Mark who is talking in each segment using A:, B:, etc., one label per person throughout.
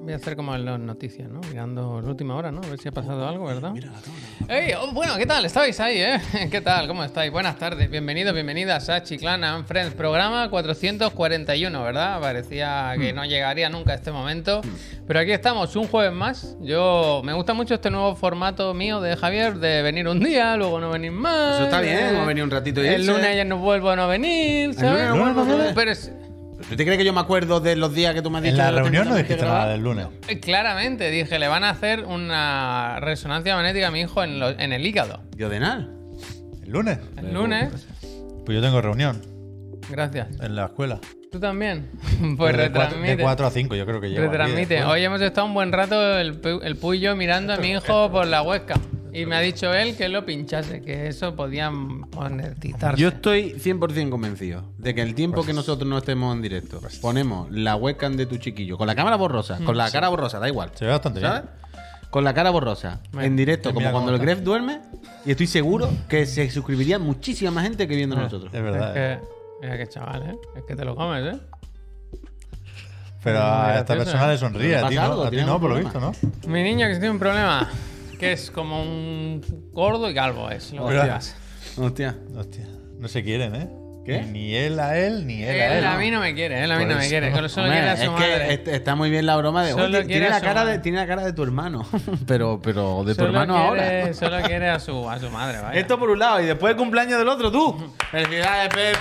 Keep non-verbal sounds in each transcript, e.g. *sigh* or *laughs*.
A: Voy a hacer como en las noticias, ¿no? Mirando la última hora, ¿no? A ver si ha pasado algo, ¿verdad?
B: Mira la tabla.
A: ¡Ey! oh, bueno, ¿qué tal? ¿Estáis ahí, eh? *laughs* ¿Qué tal? ¿Cómo estáis? Buenas tardes, bienvenidos, bienvenidas a Chiclana and Friends, programa 441, ¿verdad? Parecía
B: Hmm.
A: que no llegaría nunca a este momento. Pero aquí estamos, un jueves más. Yo me gusta mucho este nuevo formato mío de Javier, de venir un día, luego no venir más.
B: Eso está bien,
A: eh,
B: hemos venido un ratito y
A: El
B: irse.
A: lunes ya no vuelvo a no venir, ¿sabes?
B: lunes no vuelvo a no venir.
A: Pero es-
B: ¿Tú te crees que yo me acuerdo de los días que tú me has dicho?
C: En la
B: de los
C: reunión no
B: temas que
C: dijiste
B: grabar?
C: nada del lunes.
A: Eh, Claramente, dije, le van a hacer una resonancia magnética a mi hijo en, lo- en el hígado.
B: Yo de nada.
C: ¿El lunes?
A: El lunes.
C: Pues yo tengo reunión
A: Gracias.
C: en la escuela.
A: ¿Tú también? Pues
C: Pero de cuatro-
A: retransmite.
C: De 4 a 5 yo creo que llevo. aquí ¿eh?
A: retransmite.
C: después.
A: Hoy hemos estado un buen rato el, pu- el Puy y yo mirando a mi hijo por la huesca. Y me ha dicho él que lo pinchase, que eso podían monetizarse.
B: Yo estoy 100% convencido de que el tiempo
C: Pues
B: que nosotros no estemos en directo, ponemos la webcam de tu chiquillo con la cámara borrosa, con la cara borrosa, da igual.
C: Mm, Se ve bastante bien.
B: ¿Sabes? Con la cara borrosa,
A: Bueno,
B: en directo, como
C: mira
B: cuando
C: cómo
B: el
C: está.
B: Gref duerme, y estoy seguro que se suscribiría muchísima más gente que viendo nosotros.
C: Es
A: Es
C: verdad. eh.
A: que, mira que chaval, ¿eh? Es que te lo comes, ¿eh?
C: eh. Pero a esta
A: gracioso,
C: persona
A: ¿eh?
C: le sonríe.
B: Pero
C: A ti
B: pasa
C: no,
B: algo,
C: a ti
B: tiene
C: no,
B: algún
C: por lo visto,
B: problema.
C: ¿no?
A: Mi niño que tiene un problema, que es como un gordo y calvo, es lo que
C: Mira.
A: pasa.
B: Hostia.
C: Hostia. No se quieren, ¿eh?
B: ¿Qué?
C: Ni él a él, ni él a él.
A: Él a mí no me quiere, él a mí
B: Por
A: no me
B: eso.
A: quiere. Solo
B: Hombre,
A: quiere a su
B: es
A: madre.
B: que est- está muy bien la broma de.
A: Solo quiere
B: "Oye, tiene,
A: a
B: la
A: su
B: cara de
A: madre".
B: tiene la cara de tu hermano. *laughs* pero, pero de tu
A: solo
B: hermano
A: quiere,
B: ahora.
A: Solo quiere a su, a su madre, vaya.
B: Esto por un lado, y después el cumpleaños del otro, tú. Felicidades, Pep.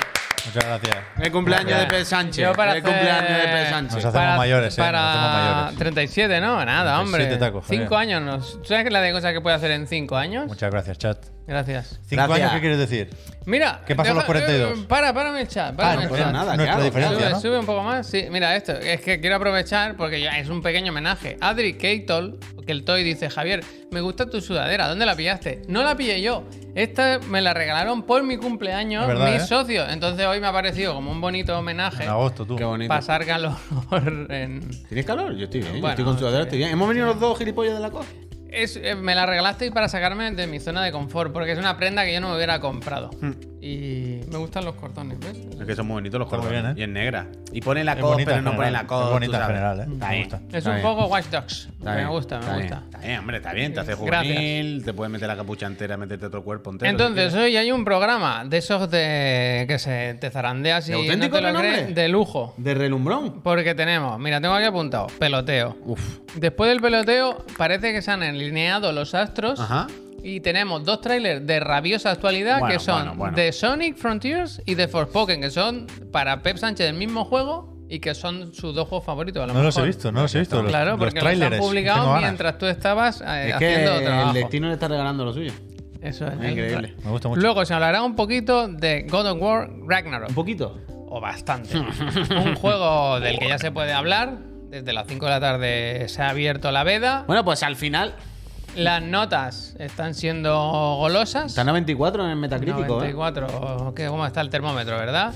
C: Muchas gracias.
B: El cumpleaños de Pep Sánchez.
A: Yo para
B: el cumpleaños de
A: hacer-
B: Pep Sánchez.
C: Nos hacemos mayores, eh, nos
A: Para
C: hacemos mayores.
A: 37, ¿no? Nada,
C: 37
A: hombre.
C: tacos, Javier.
A: 5 años. No. ¿Tú ¿Sabes la de cosas que puede hacer en 5 años?
C: Muchas gracias, chat.
A: Gracias.
C: ¿Cinco
B: Gracias.
C: años qué quieres decir?
A: Mira.
C: ¿Qué pasa en los 42?
A: eh, Para, para el chat. Para
C: Ah, no
A: el
B: pasa
A: chat.
C: perdón,
B: nada,
C: Nuestra
B: claro,
C: diferencia,
A: Sube,
C: ¿no?
A: sube un poco más. Sí, mira esto. Es que quiero aprovechar porque ya es un pequeño homenaje. Adri Keitol, que el Toy dice, Javier, me gusta tu sudadera. ¿Dónde la pillaste? No la pillé yo. Esta me la regalaron por mi cumpleaños
C: Es verdad,
A: mis
C: ¿eh?
A: socios. Entonces hoy me ha parecido como un bonito homenaje.
C: En agosto, tú.
B: Qué bonito.
A: Pasar calor en...
B: ¿Tienes calor? Yo estoy bien. yo
A: Bueno,
B: estoy con sudadera,
A: sí.
B: estoy bien. Hemos venido los dos gilipollas de la cosa.
A: Es- eh, me la regalasteis para sacarme de mi zona de confort, porque es una prenda que yo no me hubiera comprado.
B: Hmm.
A: Y me gustan los cordones, ¿ves?
B: Es que son muy bonitos los
C: Está muy
B: cordones.
C: bien, ¿eh?
B: Y en negra. Y pone la
C: Es
B: cos,
C: bonita
B: pero
C: en
B: no pone
C: general.
B: la cos.
C: Es
B: tú
C: bonita en
B: sabes.
C: general, ¿eh?
B: Está
C: Me
B: bien,
C: gusta.
A: Es
B: está
A: un
B: bien.
A: poco Watch Dogs.
B: Está
A: me
B: bien,
A: gusta,
B: está
A: me
B: bien,
A: gusta.
B: Está bien, hombre, está bien. Te hace
A: Gracias.
B: juvenil, te puedes meter la capucha entera, meterte otro cuerpo entero.
A: Entonces, hoy hay un programa de esos de que se te zarandeas y
B: ¿De
A: no
B: auténtico
A: te lo
B: renombre?
A: crees, de lujo.
B: De relumbrón.
A: Porque tenemos, mira, tengo aquí apuntado, peloteo.
B: Uf.
A: Después del peloteo, parece que se han alineado los astros.
B: Ajá.
A: Y tenemos dos trailers de rabiosa actualidad
B: Bueno,
A: que son
B: bueno, bueno.
A: de Sonic Frontiers y de Forspoken, que son para Pep Sánchez del mismo juego y que son sus dos juegos favoritos. A lo
C: No los he
A: mejor.
C: visto, no los he visto. Los,
A: claro,
C: los
A: porque los
C: trailers.
A: han
C: Tengo
A: publicado
C: ganas.
A: mientras tú estabas eh,
B: Es que
A: haciendo trabajo.
B: el destino le está regalando lo suyo.
A: Eso es.
B: Es increíble.
C: Me gusta mucho.
A: Luego se hablará un poquito de God of War Ragnarok.
B: Un poquito.
A: O bastante. *laughs* un juego del que ya se puede hablar. Desde las 5 de la tarde se ha abierto la veda.
B: Bueno, pues al final.
A: Las notas están siendo golosas.
B: Están a 24 en el Metacrítico, ¿eh?
A: 94, o qué cómo está el termómetro, ¿verdad?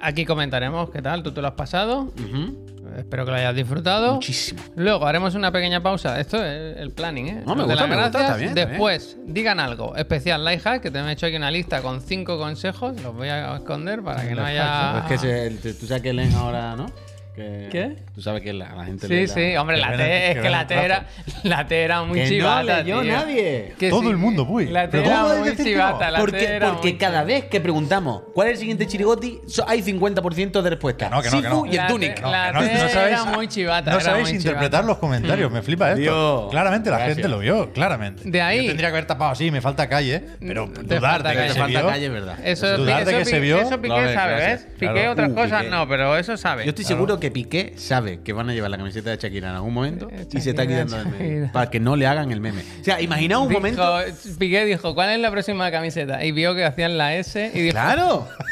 A: Aquí comentaremos qué tal, tú te lo has pasado.
B: Ujú.
A: Espero que lo hayas disfrutado.
B: Muchísimo.
A: Luego haremos una pequeña pausa. Esto es el planning, ¿eh?
B: No, me
A: Los de
B: gusta,
A: las
B: me gusta,
A: gracias.
B: está bien, está
A: Después, digan algo. Especial Lifehack, que te he hecho aquí una lista con cinco consejos. Los voy a esconder para que no haya. *laughs*
B: Pues que se- el- te- tú sabes que leen ahora, ¿no? Que-
A: ¿Qué?
B: Tú sabes que la, la gente
A: Sí,
B: lee
A: sí, hombre,
C: Que
A: la
C: ven el-
A: T, es
C: que
A: que
C: ven
A: la
C: el
A: T era, *laughs* la T era muy
B: Que no
A: chivata.
B: leyó
A: tío.
B: nadie.
A: Que
C: Todo el mundo, Puy.
A: La T
C: Pero
A: era
C: ¿cómo puedes
A: muy
C: decir que no?
A: chivata. La T
B: Porque,
A: era
B: porque
A: muy
B: cada vez que preguntamos cuál es el siguiente chirigoti, so- hay 50% de respuesta.
C: Que no, que no, que
B: Sifu
C: no.
B: y el
A: La
B: Tunic.
A: te- la
C: Que
A: T era muy chivata,
C: No
A: era
C: sabéis
A: muy
C: interpretar los comentarios. Me flipa esto.
B: Mm. Dios.
C: claramente la
B: Gracias.
C: gente lo vio, claramente.
A: De ahí-
C: Yo tendría que haber tapado así, me falta calle. Pero
A: Te
C: dudar
A: falta
C: de que
A: calle.
C: se
B: Falta
C: vio.
B: calle, ¿verdad?
A: Eso,
C: Dudar
A: eso
C: de que
A: Pi-
C: se vio.
A: eso Piqué
B: No, de-
A: sabe,
B: gracias.
A: ¿ves?
C: Claro.
A: Piqué otras
B: Uh,
A: cosas
B: Piqué.
A: no, pero eso sabe.
B: Yo estoy seguro que Piqué sabe que van a llevar la camiseta de Shakira en algún momento
A: Eh,
B: y se está
A: Shakira,
B: quitando el meme.
A: Shakira.
B: Para que no le hagan el meme. O sea, imaginaos un
A: Dijo-
B: momento.
A: Piqué dijo, ¿cuál es la próxima camiseta? Y vio que hacían la S y dijo,
B: Claro. *laughs*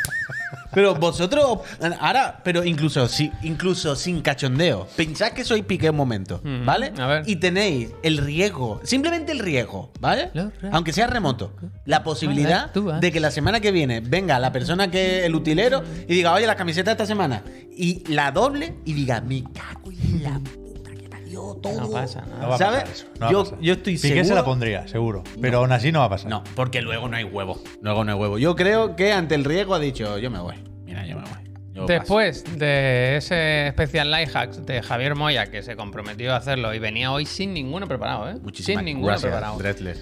B: Pero vosotros, ahora, pero incluso, si, incluso sin cachondeo, pensad que soy Piqué un momento,
A: Mm,
B: ¿vale?
A: a ver.
B: Y tenéis el riesgo, simplemente el riesgo, ¿vale?
A: Lo re-
B: Aunque sea remoto, la posibilidad
A: Vale, tú vas.
B: de que la semana que viene venga la persona que el utilero y diga, oye, la camiseta esta semana, y la doble y diga, me cago en la puta que parió todo.
A: No pasa nada.
C: No va a
B: ¿Sabes?
C: pasar eso, no va a
B: yo,
C: pasar.
B: yo estoy
C: Piqué
B: seguro.
C: se la pondría, seguro. Pero aún así no va a pasar.
B: No, porque luego no hay huevo. Luego no hay huevo. Yo creo que ante el riesgo ha dicho, yo me voy. Mira, yo me voy.
D: Yo
A: Después de ese especial Life Hacks de Javier Moya, que se comprometió a hacerlo y venía hoy sin ninguno preparado, ¿eh?
D: paso. Muchísimas
A: sin ninguno
D: gracias,
A: preparado.
D: Drexler.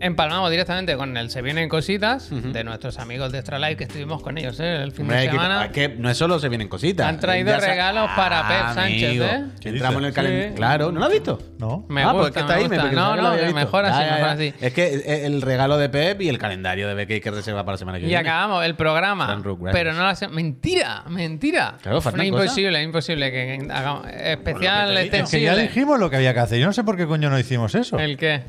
A: Empalmamos directamente con el Se Vienen Cositas de nuestros amigos de Extra Life que estuvimos con ellos ¿eh? el fin
B: Hombre,
A: de
B: hay que-
A: semana.
B: hay que- no es solo se vienen cositas.
A: Han traído
B: se- Ah,
A: regalos para Pep Sánchez,
B: amigo.
A: ¿eh?
B: Que Entramos en el
A: Sí.
B: calendario. Claro, ¿no lo has visto?
C: No.
A: Me
B: Ah, pues
A: gusta,
B: que está
A: me
B: ahí,
A: gusta.
B: pensaba
A: No,
B: que lo
A: no,
B: había
A: que
B: visto.
A: mejor así,
B: Ya, ya,
A: mejor
B: ya.
A: así.
B: Es que eh, el regalo de Pep y el calendario de BK que reserva para la semana que
A: Y
B: viene.
A: acabamos el programa.
B: Stan Rook, gracias.
A: Pero no la se- Mentira, mentira.
B: Claro, faltan
A: No,
B: cosas.
A: imposible, imposible que que hagamos. Especial
B: te he dicho.
C: Es que ya
A: extensible.
C: dijimos lo que había que hacer. Yo no sé por qué coño no hicimos eso.
A: ¿El qué?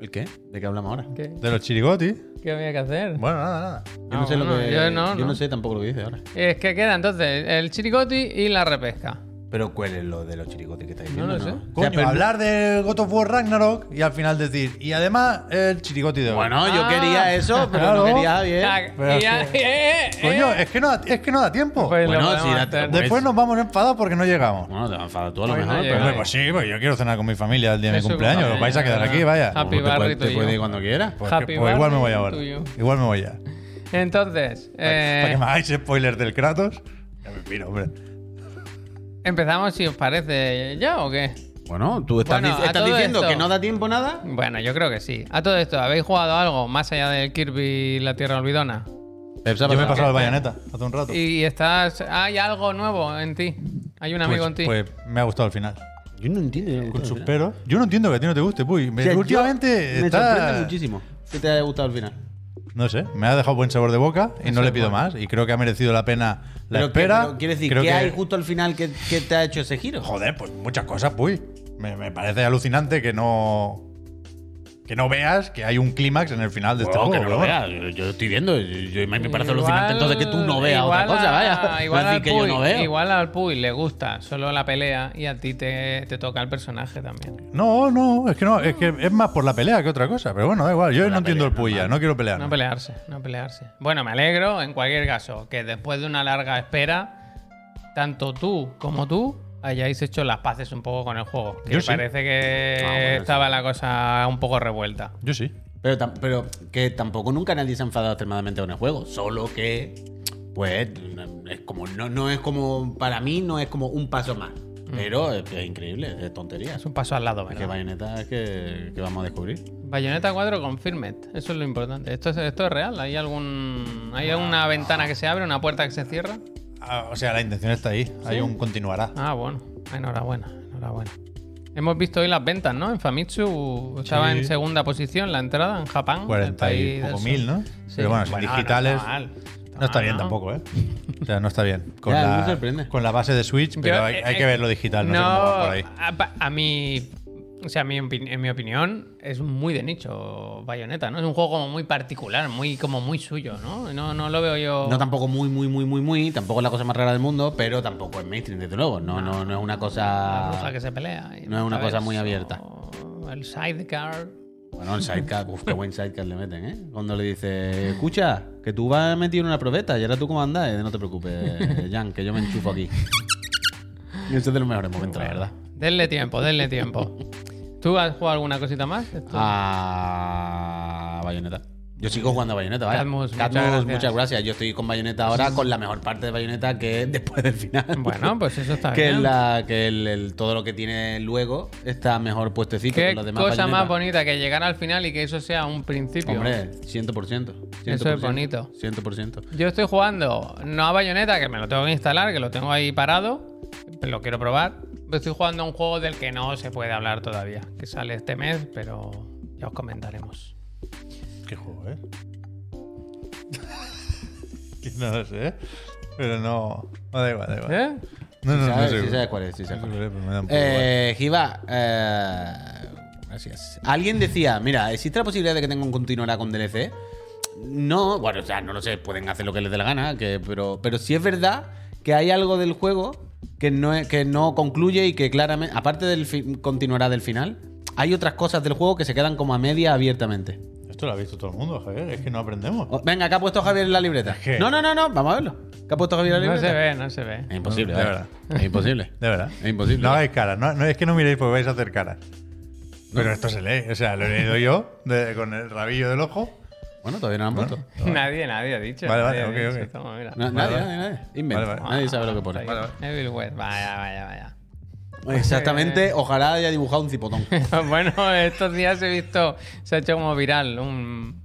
B: ¿El qué? ¿De qué hablamos ahora?
A: ¿Qué,
C: De los chirigotis.
A: qué había que hacer?
C: Bueno, nada, nada.
B: Yo
A: Ah,
B: no sé lo
A: bueno,
B: que.
A: yo no, no.
B: sé tampoco lo que dice ahora.
A: Es que queda entonces el chiricoti y la repesca.
B: Pero ¿cuál es lo de los chiricotes que está
A: No lo
B: diciendo?
A: sé.
C: Coño,
B: O sea, pero-
C: hablar del God of War Ragnarok y al final decir, y además el chirigoti de hoy.
B: Bueno, yo
A: Ah.
B: quería eso, pero
C: Claro.
B: no quería a Javier.
A: Ah,
C: pero
A: y ya-
C: es que-
A: eh, eh, eh.
C: Coño, es que no, da- es que no da tiempo.
A: Pues lo
B: Bueno,
A: podemos
B: si la-
A: hacer.
B: de-
C: Después nos vamos enfadados porque no llegamos.
B: Bueno, te vas a enfadar tú a lo
A: Hoy no
B: mejor, pero.
A: llega.
C: Hombre, pues sí, pues yo quiero cenar con mi familia el día de mi
A: Eso
C: cumpleaños.
A: como-
C: Os vais a quedar aquí, vaya.
A: Happy
B: Te puede-
A: birthday
B: te
A: to
B: puede ir
A: you.
B: cuando quieras.
C: Pues,
A: Happy
C: pues igual me voy
A: birthday
C: ahora.
A: to you.
C: Igual me voy ya. Para
A: Entonces,
C: que- para
A: eh,
C: que me hagáis spoilers del Kratos. Ya me piro, hombre.
A: empezamos si os parece ya o qué.
B: Bueno, tú estás,
A: Bueno,
B: dic-
A: a
B: estás
A: todo
B: diciendo
A: esto-
B: que no da tiempo nada.
A: Bueno, yo creo que sí. A todo esto, ¿habéis jugado algo más allá del Kirby y la Tierra Olvidona?
C: Yo me he pasado el bayoneta hace un rato.
A: Y estás. ¿Hay algo nuevo en ti? ¿Hay un amigo
C: pues,
A: en ti?
C: pues me ha gustado el final.
B: Yo no entiendo.
C: Con sus peros. Yo no entiendo que a ti no te guste, Puy. Me- últimamente
B: me sorprende
C: está.
B: muchísimo que te haya gustado al final.
C: No sé, me ha dejado buen sabor de boca y no le pido más. Y creo que ha merecido la pena la
B: que-
C: espera.
B: pero quiere decir,
C: Creo
B: ¿qué hay justo al final que, que te ha hecho ese giro?
C: Joder, pues muchas cosas, Puy. Me, me parece alucinante que no. Que no veas que hay un clímax en el final de este
B: Bueno,
C: juego.
B: que no lo
C: pero bueno.
B: vea, yo, yo estoy viendo, yo- yo- me parece
A: Igual-
B: alucinante entonces que tú no veas otra
A: igual
B: cosa,
A: a- *laughs*
B: vaya.
A: Igual,
B: Vas a
A: al
B: decir que yo
A: Puy,
B: no veo.
A: igual al Puy le gusta solo la pelea y a ti te, te toca el personaje también.
C: No, no, es que no, es que es más por la pelea que otra cosa. Pero bueno, da igual. Yo no entiendo el Puy ya, no quiero pelear.
A: No pelearse, no pelearse. Bueno, me alegro en cualquier caso que después de una larga espera, tanto tú como tú hayáis hecho las paces un poco con el juego. Que
C: Yo sí. Ah,
A: parece que estaba la cosa un poco revuelta.
C: Yo sí.
B: Pero, tam- pero que tampoco nunca nadie se ha enfadado extremadamente con el juego, solo que pues es como no, no es como para mí no es como un paso más, pero es, es increíble, es tontería.
A: Es un paso al lado,
B: Es que
A: ¿verdad?
B: bayoneta es que, que vamos a descubrir.
A: Bayonetta 4 confirmed. Eso es lo importante. Esto es, esto es real. ¿Hay algún hay alguna ventana que se abre, una puerta que se cierra?
C: Ah, o sea, la intención está ahí. Hay un continuará.
A: Ah, bueno. Enhorabuena, enhorabuena. Hemos visto hoy las ventas, ¿no? En Famitsu estaba
C: Sí.
A: en segunda posición la entrada en Japán. el
C: 40 y
A: país del
C: poco
A: sur.
C: mil, ¿no?
A: Sí.
C: Pero bueno, si
A: no
C: digitales.
A: está mal.
C: No está bien
A: mal.
C: tampoco, ¿eh? O sea, no está bien. Con,
B: Ya,
C: la,
B: me sorprende.
C: con la base de Switch, pero
A: Yo,
C: hay,
A: eh,
C: hay que
A: eh,
C: verlo digital, no, sé cómo va por ahí.
A: A, pa- a mí. O sea, a mí, en opin- en mi opinión, es muy de nicho Bayonetta, ¿no? Es un juego como muy particular, muy, como muy suyo, ¿no? No, no lo veo yo.
B: No tampoco muy, muy, muy, muy, muy, tampoco es la cosa más rara del mundo, pero tampoco es mainstream, desde luego. No, no, no es una
A: La bruja
B: cosa.
A: que se pelea. y
B: no es una
A: sabes,
B: cosa muy abierta.
A: o El sidecar.
B: Bueno, el sidecar, uf, qué buen sidecar le meten, ¿eh? Cuando le dice, escucha, que tú vas metido en una probeta y ahora tú cómo andas, Eh, no
A: *laughs*
B: te preocupes, Jan, que yo me enchufo aquí. Y Eso es de los mejores momentos, la verdad.
A: Denle tiempo, denle tiempo.
B: *laughs*
A: ¿Tú has jugado alguna cosita más? Esto-
B: Ah. A Bayonetta. Ah, Yo sigo jugando a Bayonetta, ¿vale?
A: Cadmus, muchas gracias.
B: muchas gracias. Yo estoy con Bayonetta ahora con la mejor parte de Bayonetta que es después del final.
A: Bueno,
B: *laughs*
A: pues eso está
B: que
A: bien.
B: la, que el, el- todo lo que tiene luego está mejor puestecito
A: Qué
B: que los
A: cosa
B: demás. Bayonetta.
A: más bonita que llegar al final y que eso sea un principio.
B: Hombre, 100%. 100%.
A: Eso es bonito.
B: 100%.
A: Yo estoy jugando no a Bayonetta, que me lo tengo que instalar, que lo tengo ahí parado, lo quiero probar. Pero Estoy jugando a un juego del que no se puede hablar todavía, que sale este mes, pero ya os comentaremos.
C: ¿Qué juego, eh? *laughs* Que no lo sé. ¿eh? Pero no. No da igual, da igual.
A: ¿Eh?
C: No, no,
B: Sí
C: no,
B: sabes,
C: sé.
B: sí sabes cuál es, sí sabes
C: No sé
B: cuál
C: cuál es, pero me da un poco igual.
B: Eh, Giva, eh, gracias. Alguien decía, mira, ¿existe la posibilidad de que tenga un continuará con DLC? No, bueno, o sea, no lo sé, pueden hacer lo que les dé la gana, que, pero, pero sí es verdad que hay algo del juego que no, es- que no concluye y que claramente, aparte del fi- continuará del final, hay otras cosas del juego que se quedan como a media abiertamente.
C: Esto lo ha visto todo el mundo, Javier. Es que no aprendemos.
B: O- Venga, ¿qué ha puesto Javier en la libreta?
C: Es que-
B: No, no, no, no, vamos a verlo. ¿Qué ha puesto Javier en la
A: No
B: libreta?
A: se ve, no se ve.
B: Es imposible,
C: De
B: vaya.
C: verdad.
B: Es
C: *laughs*
B: imposible.
C: De verdad.
B: Es imposible.
C: No hagáis caras. No, no, es que no miréis porque vais a hacer caras. Pero esto se lee. O sea, lo he leído yo de- con el rabillo del ojo.
B: Bueno, todavía no lo han puesto.
A: Nadie, nadie ha dicho.
C: Vale, vale,
A: nadie ha
C: ok,
A: dicho.
C: ok.
A: Toma, mira.
B: Na-
C: Vale,
B: nadie,
C: vale.
B: nadie, nadie. Inventa.
C: Vale, vale.
B: Nadie sabe lo que pone.
A: Vale,
C: vale.
A: Evil West. Vaya, vaya, vaya. *laughs* Pues
B: Exactamente. Ojalá haya dibujado un cipotón.
A: bueno, estos días he visto, se ha hecho como viral un,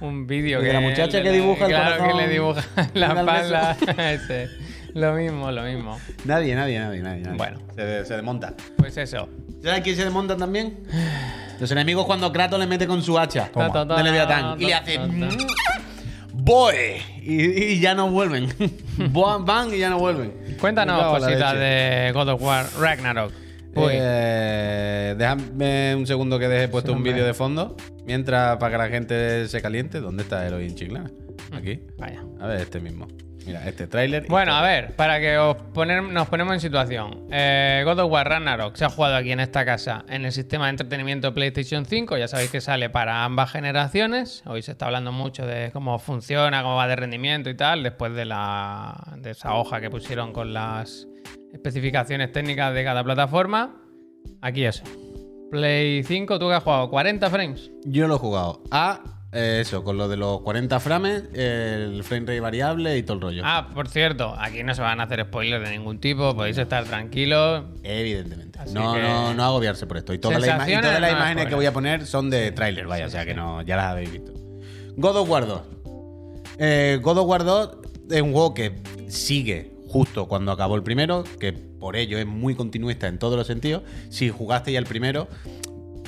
A: un vídeo.
B: De la muchacha que dibuja el
A: Claro,
B: corazón
A: que le dibuja la
B: en el beso.
A: espalda. *laughs* Ese. Lo mismo, lo mismo.
B: nadie, nadie, nadie, nadie, nadie.
A: Bueno.
B: Se, se desmonta.
A: Pues eso.
B: ¿Sabes quién se desmonta también? Los enemigos cuando Kratos le mete con su hacha.
A: Toma. Ta, ta, ta,
B: de Leviatán. Y le
A: ta,
B: hace.
A: ta, ta.
B: ¡Boy! Y, y ya no vuelven. *laughs* Van, van y ya no vuelven. Me
A: Cuéntanos
B: cago en la
A: cositas
B: leche.
A: de God of War Ragnarok. Uy,
B: Eh, déjame un segundo que deje puesto un vídeo de fondo. Mientras, para que la gente se caliente, ¿dónde está Heroin Chiclana?
A: Mm.
B: Aquí.
A: vaya.
B: A ver, este mismo. Mira, este tráiler.
A: Bueno, a ver, para que os poner- nos ponemos en situación. Eh, God of War Ragnarok se ha jugado aquí en esta casa en el sistema de entretenimiento PlayStation 5. Ya sabéis que sale para ambas generaciones. Hoy se está hablando mucho de cómo funciona, cómo va de rendimiento y tal, después de, la, de esa hoja que pusieron con las especificaciones técnicas de cada plataforma. Aquí eso. Play 5, tú que has jugado 40 frames.
B: Yo lo he jugado a eh, eso, con lo de los 40 frames, el frame rate variable y todo el rollo.
A: Ah, por cierto, aquí no se van a hacer spoilers de ningún tipo, podéis estar tranquilos.
B: Evidentemente.
A: Así
B: No,
A: que-
B: no, no agobiarse por esto. Y todas las ima- y
A: Sensaciones
B: todas las
A: no
B: imágenes que
A: spoiler.
B: voy a poner son de tráiler, vaya, o sea que no, ya las habéis visto. God of War 2. Eh, God of War 2 es un juego que sigue justo cuando acabó el primero, que por ello es muy continuista en todos los sentidos. Si jugaste ya el primero,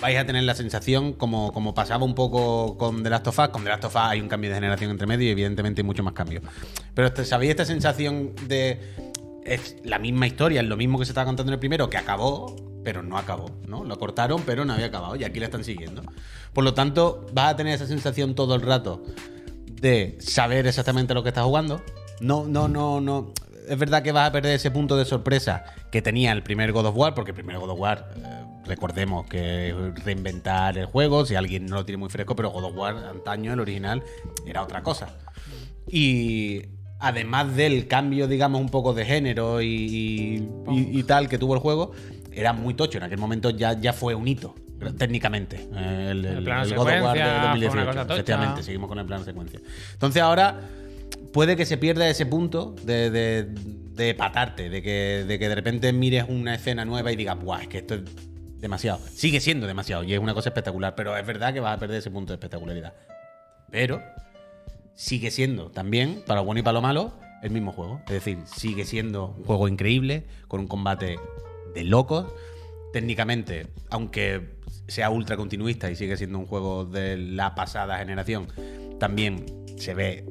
B: vais a tener la sensación como, como pasaba un poco con The Last of Us. Con The Last of Us hay un cambio de generación entre medio y evidentemente hay mucho más cambio. Pero este- ¿sabéis esta sensación de... Es la misma historia, es lo mismo que se estaba contando en el primero, que acabó, pero no acabó, ¿no? Lo cortaron, pero no había acabado y aquí la están siguiendo. Por lo tanto, vas a tener esa sensación todo el rato de saber exactamente lo que estás jugando. No, no, no, no. Es verdad que vas a perder ese punto de sorpresa que tenía el primer God of War, porque el primer God of War, eh, recordemos que es reinventar el juego, si alguien no lo tiene muy fresco, pero God of War antaño, el original, era otra cosa. Y además del cambio, digamos, un poco de género y, y- y- y tal que tuvo el juego, era muy tocho. En aquel momento ya, ya fue un hito, técnicamente. eh, El, el-
A: El plano
B: el God of War de
A: secuencia, fue una
B: 2018.
A: cosa tocha.
B: Efectivamente, seguimos con el plan secuencia. Entonces ahora puede que se pierda ese punto de, de, de patarte, de que, de que de repente mires una escena nueva y digas, ¡buah! Es que esto es demasiado. Sigue siendo demasiado y es una cosa espectacular, pero es verdad que vas a perder ese punto de espectacularidad. Pero sigue siendo también, para lo bueno y para lo malo, el mismo juego. Es decir, sigue siendo un juego increíble, con un combate de locos. Técnicamente, aunque sea ultra continuista y sigue siendo un juego de la pasada generación, también se ve.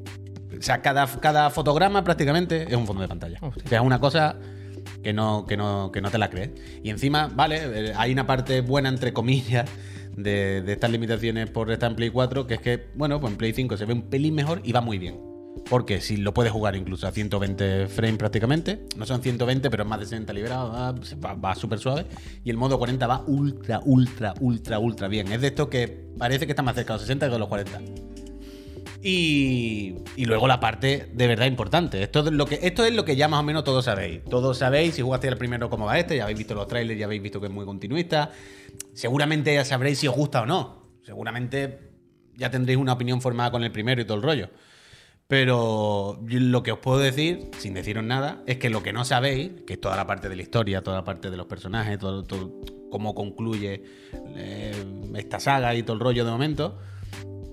B: O sea, cada, cada fotograma prácticamente es un fondo de pantalla.
A: Hostia.
B: O sea, es una cosa que no, que no, que no te la crees. Y encima, vale, eh, hay una parte buena, entre comillas, de, de estas limitaciones por estar en Play 4, que es que, bueno, pues en Play 5 se ve un pelín mejor y va muy bien. Porque si lo puedes jugar incluso a 120 frames prácticamente, no son 120, pero es más de 60 liberados, va, se- va, va súper suave. Y el modo 40 va ultra, ultra, ultra, ultra bien. Es de esto que parece que está más cerca de los 60 que de los 40. Y, y luego la parte de verdad importante. Esto es, lo que, esto es lo que ya más o menos todos sabéis. Todos sabéis, si jugasteis el primero cómo va este, ya habéis visto los trailers, ya habéis visto que es muy continuista. Seguramente ya sabréis si os gusta o no. Seguramente ya tendréis una opinión formada con el primero y todo el rollo. Pero yo lo que os puedo decir, sin deciros nada, es que lo que no sabéis, que es toda la parte de la historia, toda la parte de los personajes, todo, todo- cómo concluye eh, esta saga y todo el rollo de momento,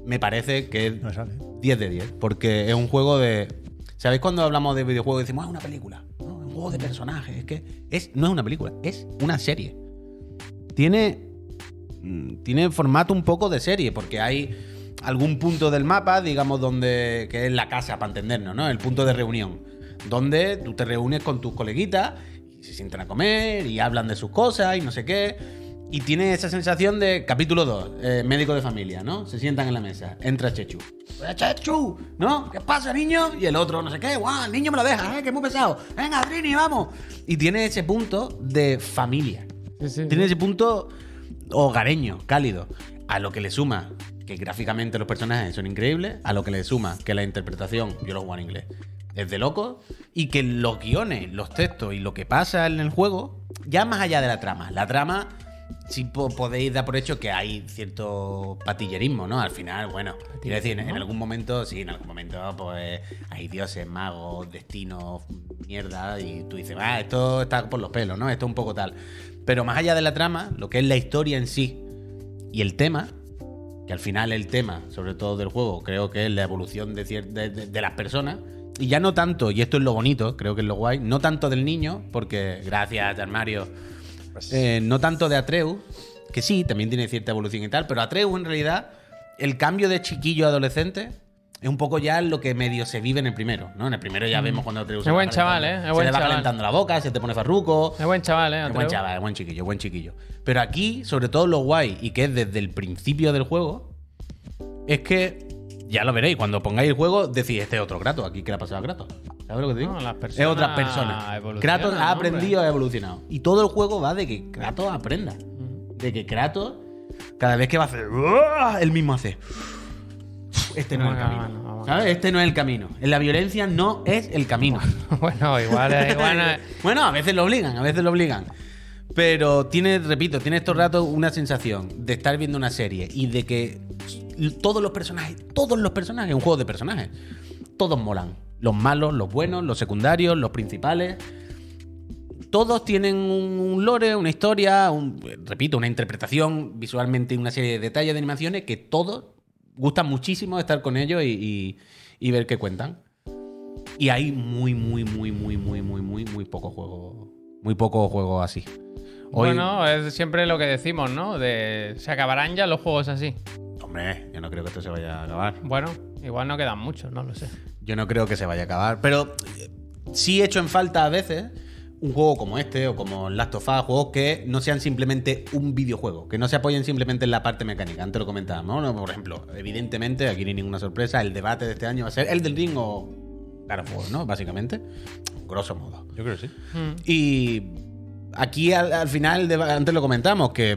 B: me parece que es
C: No me sale.
B: 10 de 10, porque es un juego de... ¿Sabéis cuando hablamos de videojuegos y decimos, ah, una película? No, es un juego de personajes. Es que es, no es una película, es una serie. Tiene mm, tiene formato un poco de serie, porque hay algún punto del mapa, digamos, donde que es la casa, para entendernos, ¿no? El punto de reunión, donde tú te reúnes con tus coleguitas y se sientan a comer y hablan de sus cosas y no sé qué. Y tiene esa sensación de capítulo 2, eh, médico de familia, ¿no? Se sientan en la mesa, entra Chechu. "Eh, ¡Chechu! ¿No? ¿Qué pasa, niño? Y el otro, no sé qué, guau, el niño me lo deja, ¿eh? Que es muy pesado. Venga, Trini, vamos. Y tiene ese punto de familia.
A: Sí, sí,
B: Tiene ese punto hogareño, cálido. A lo que le suma que gráficamente los personajes son increíbles, a lo que le suma que la interpretación, yo lo juego en inglés, es de loco, y que los guiones, los textos y lo que pasa en el juego, ya más allá de la trama, la trama sí po- podéis dar por hecho que hay cierto patillerismo, ¿no? Al final, bueno, quiero decir, en, en algún momento, sí, en algún momento, pues hay dioses, magos, destinos, mierda, y tú dices, ah, esto está por los pelos, ¿no? Esto es un poco tal. Pero más allá de la trama, lo que es la historia en sí y el tema, que al final el tema, sobre todo del juego, creo que es la evolución de, cier- de- de- de las personas. Y ya no tanto, y esto es lo bonito, creo que es lo guay, no tanto del niño, porque gracias, Jan Mario,
A: Pues
B: eh, no tanto de Atreus, que sí, también tiene cierta evolución y tal, pero Atreus en realidad, el cambio de chiquillo a adolescente es un poco ya lo que medio se vive en el primero, ¿no? En el primero ya vemos cuando
A: Mm.
B: Atreus...
A: Es
B: se va
A: buen
B: calentando-
A: chaval, ¿eh? Es
B: se
A: buen
B: le va
A: chaval.
B: calentando la boca, se te pone farruco,
A: Es buen chaval, ¿eh?
B: es buen
A: Atreu.
B: chaval, es buen chiquillo, buen chiquillo. Pero aquí, sobre todo lo guay, y que es desde el principio del juego, es que, ya lo veréis, cuando pongáis el juego, decís, este es otro Kratos, aquí que le ha pasado a Kratos. ¿Sabes lo que te digo?
A: No, las
B: es
A: personas
B: otra persona.
A: evolucionan,
B: Kratos ha
A: hombre.
B: aprendido, ha evolucionado. Y todo el juego va de que Kratos aprenda. De que Kratos, cada vez que va a hacer, "Uah", él mismo hace. Este no es el
A: Venga,
B: camino.
A: vamos.
B: ¿Sabes? Este no es el camino. En la violencia no es el camino.
A: *laughs* *laughs* bueno, igual,
B: *laughs*
A: eh, igual. eh,
B: Bueno, a veces lo obligan, a veces lo obligan. Pero tiene, repito, tiene estos ratos una sensación de estar viendo una serie y de que todos los personajes, todos los personajes, un juego de personajes, todos molan. Los malos, los buenos, los secundarios, los principales. Todos tienen un un lore, una historia, un- repito, una interpretación visualmente, una serie de detalles de animaciones que todos gustan muchísimo estar con ellos y- y- y ver qué cuentan. Y hay muy, muy, muy, muy, muy, muy, muy, muy poco juego. Muy poco juego así. Hoy,
A: Bueno, es siempre lo que decimos, ¿no? De se acabarán ya los juegos así.
B: Hombre, yo no creo que esto se vaya a acabar.
A: Bueno, igual no quedan muchos, no lo sé.
B: Yo no creo que se vaya a acabar. Pero eh, sí he hecho en falta a veces un juego como este o como Last of Us, juegos que no sean simplemente un videojuego, que no se apoyen simplemente en la parte mecánica. Antes lo comentábamos, ¿no? Por ejemplo, evidentemente, aquí no hay ninguna sorpresa, el debate de este año va a ser el del ring o God of War, ¿no? Básicamente, grosso modo.
C: Yo creo que sí.
A: Mm.
B: Y aquí al, al final, de- antes lo comentamos, que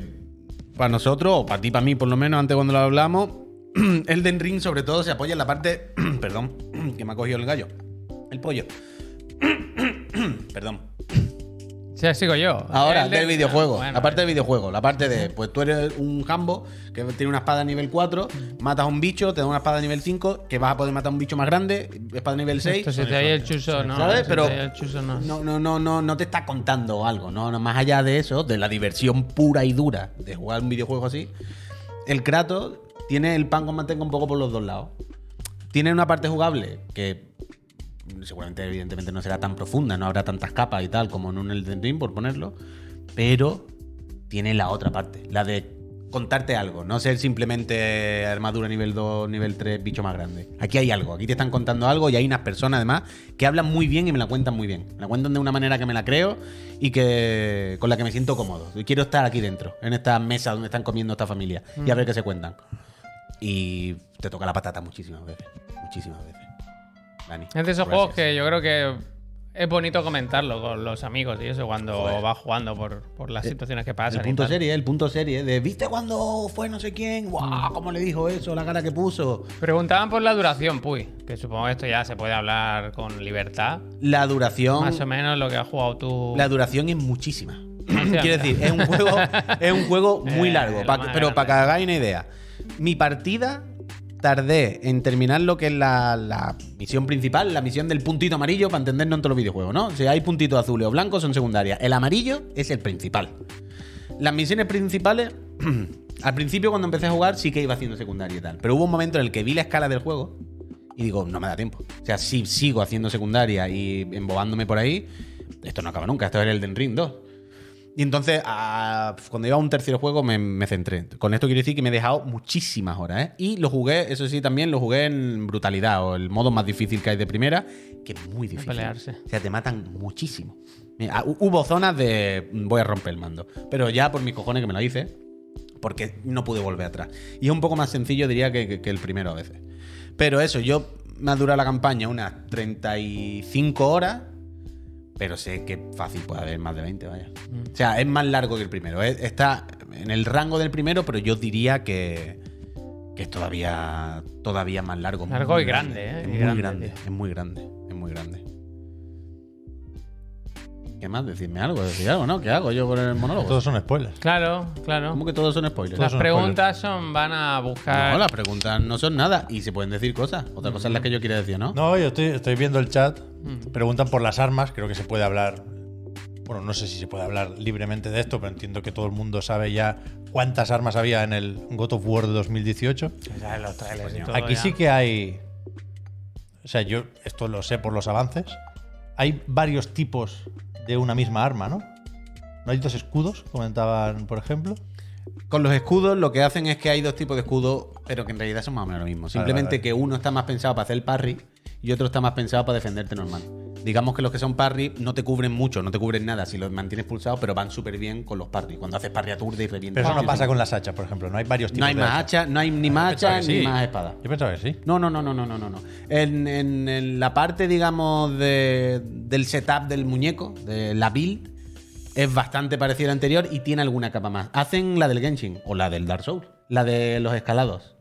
B: para nosotros, o para ti, para mí por lo menos, antes cuando lo hablamos, *clears throat* Elden Ring sobre todo se apoya en la parte, *clears throat* perdón, que me ha cogido el gallo, el pollo. *clears throat* perdón.
A: Sí, sigo yo.
B: Ahora,
A: El
B: del videojuego.
A: Bueno,
B: la parte del videojuego. La parte de, pues tú eres un jambo que tiene una espada nivel 4, matas a un bicho, te da una espada nivel 5, que vas a poder matar a un bicho más grande, espada nivel 6.
A: Esto se te oye el chuso, ¿no?
B: ¿Sabes?
A: Se te
B: Pero
A: oye el chuso, no.
B: no, no, no, no, no te está contando algo, ¿no? No, Más allá de eso, de la diversión pura y dura de jugar un videojuego así, el Kratos tiene el pan con manteca un poco por los dos lados. Tiene una parte jugable que seguramente, evidentemente, no será tan profunda, no habrá tantas capas y tal como en un Elden Ring, por ponerlo, pero tiene la otra parte, la de contarte algo, no ser simplemente armadura nivel 2, nivel 3, bicho más grande. Aquí hay algo, aquí te están contando algo y hay unas personas además que hablan muy bien y me la cuentan muy bien. Me la cuentan de una manera que me la creo y que con la que me siento cómodo. Y quiero estar aquí dentro, en esta mesa donde están comiendo esta familia y a ver qué se cuentan. Y te toca la patata muchísimas veces, muchísimas veces. Dani,
A: Es de esos
B: gracias.
A: juegos que yo creo que es bonito comentarlo con los amigos y eso cuando vas jugando por, por las situaciones que pasan.
B: Eh, El
A: y
B: punto
A: tal.
B: serie, el punto serie de ¿viste cuando fue no sé quién?
A: Mm.
B: ¡Guau! ¿Cómo le dijo eso? La cara que puso.
A: Preguntaban por la duración, Puy, que supongo que esto ya se puede hablar con libertad.
B: La duración.
A: Más o menos lo que has jugado tú.
B: La duración es muchísima.
A: sea,
B: Quiero decir, es un juego, es un juego
A: *laughs*
B: muy
A: Eh,
B: largo.
A: lo
B: pa-
A: más
B: pero
A: grande.
B: para que hagáis una idea, mi partida tardé en terminar lo que es la, la misión principal, la misión del puntito amarillo, para entendernos en todos los videojuegos, ¿no? Si hay puntitos azules o blancos, son secundarias. El amarillo es el principal. Las misiones principales, *clears throat* al principio cuando empecé a jugar, sí que iba haciendo secundaria y tal. Pero hubo un momento en el que vi la escala del juego y digo, no me da tiempo. O sea, si sigo haciendo secundaria y embobándome por ahí, esto no acaba nunca. Esto era el Elden Ring 2. Y entonces, ah, cuando iba a un tercer juego, me, me centré. Con esto quiero decir que me he dejado muchísimas horas, ¿eh? Y lo jugué, eso sí, también lo jugué en brutalidad, o el modo más difícil que hay de primera, que es muy difícil.
A: pelearse.
B: O sea, te matan muchísimo. Mira, hu- hubo zonas de mm, voy a romper el mando. Pero ya por mis cojones que me lo hice, porque no pude volver atrás. Y es un poco más sencillo, diría, que, que- que el primero a veces. Pero eso, yo me ha durado la campaña unas 35 horas, pero sé que fácil puede haber más de 20, vaya.
A: Mm.
B: O sea, es más largo que el primero. Es- Está en el rango del primero, pero yo diría que, que es todavía, todavía más largo.
A: Largo y
B: Muy
A: grande, ¿eh?
B: Es
A: Y
B: muy
A: grande,
B: grande,
A: tío.
B: es muy grande, es muy grande. ¿Qué más? Decidme algo, decir algo, ¿no? ¿Qué hago yo con el monólogo?
C: Todos son spoilers.
A: Claro, claro.
B: ¿Cómo que todos son spoilers?
A: Las
C: son
A: preguntas son, van a buscar.
B: No, las preguntas no son nada y se pueden decir cosas.
A: Mm.
B: Otra cosa es la que yo quiero decir, ¿no?
C: No, yo estoy, estoy viendo el chat. Preguntan por las armas. Creo que se puede hablar. Bueno, no sé si se puede hablar libremente de esto, pero entiendo que todo el mundo sabe ya cuántas armas había en el God of War de 2018.
A: Oh, Ya, los trailers y todo,
C: Aquí
A: ya.
C: sí que hay. O sea, yo esto lo sé por los avances. Hay varios tipos de una misma arma, ¿no? No hay dos escudos, comentaban, por ejemplo.
B: Con los escudos lo que hacen es que hay dos tipos de escudos, pero que en realidad son más o menos lo mismo. Simplemente
C: vale.
B: que uno está más pensado para hacer el parry y otro está más pensado para defenderte normal. Digamos que los que son parry no te cubren mucho, no te cubren nada si los mantienes pulsados, pero van súper bien con los parry. Cuando haces parry a turde y revientas.
C: Pero eso no
B: Sí,
C: pasa
B: sí.
C: con las hachas, por ejemplo. No hay varios tipos
B: No hay
C: de
B: más
C: hachas.
B: hacha, no hay ni más
C: Pensaba
B: hacha
C: que
B: ni
C: sí.
B: más espada.
C: Yo pensaba que sí.
B: No, no, no, no, no, no, no, no. En, en- en la parte, digamos, de- del setup del muñeco, de la build, es bastante parecida a la anterior y tiene alguna capa más. Hacen la del Genshin o la del Dark Souls, la de los escalados.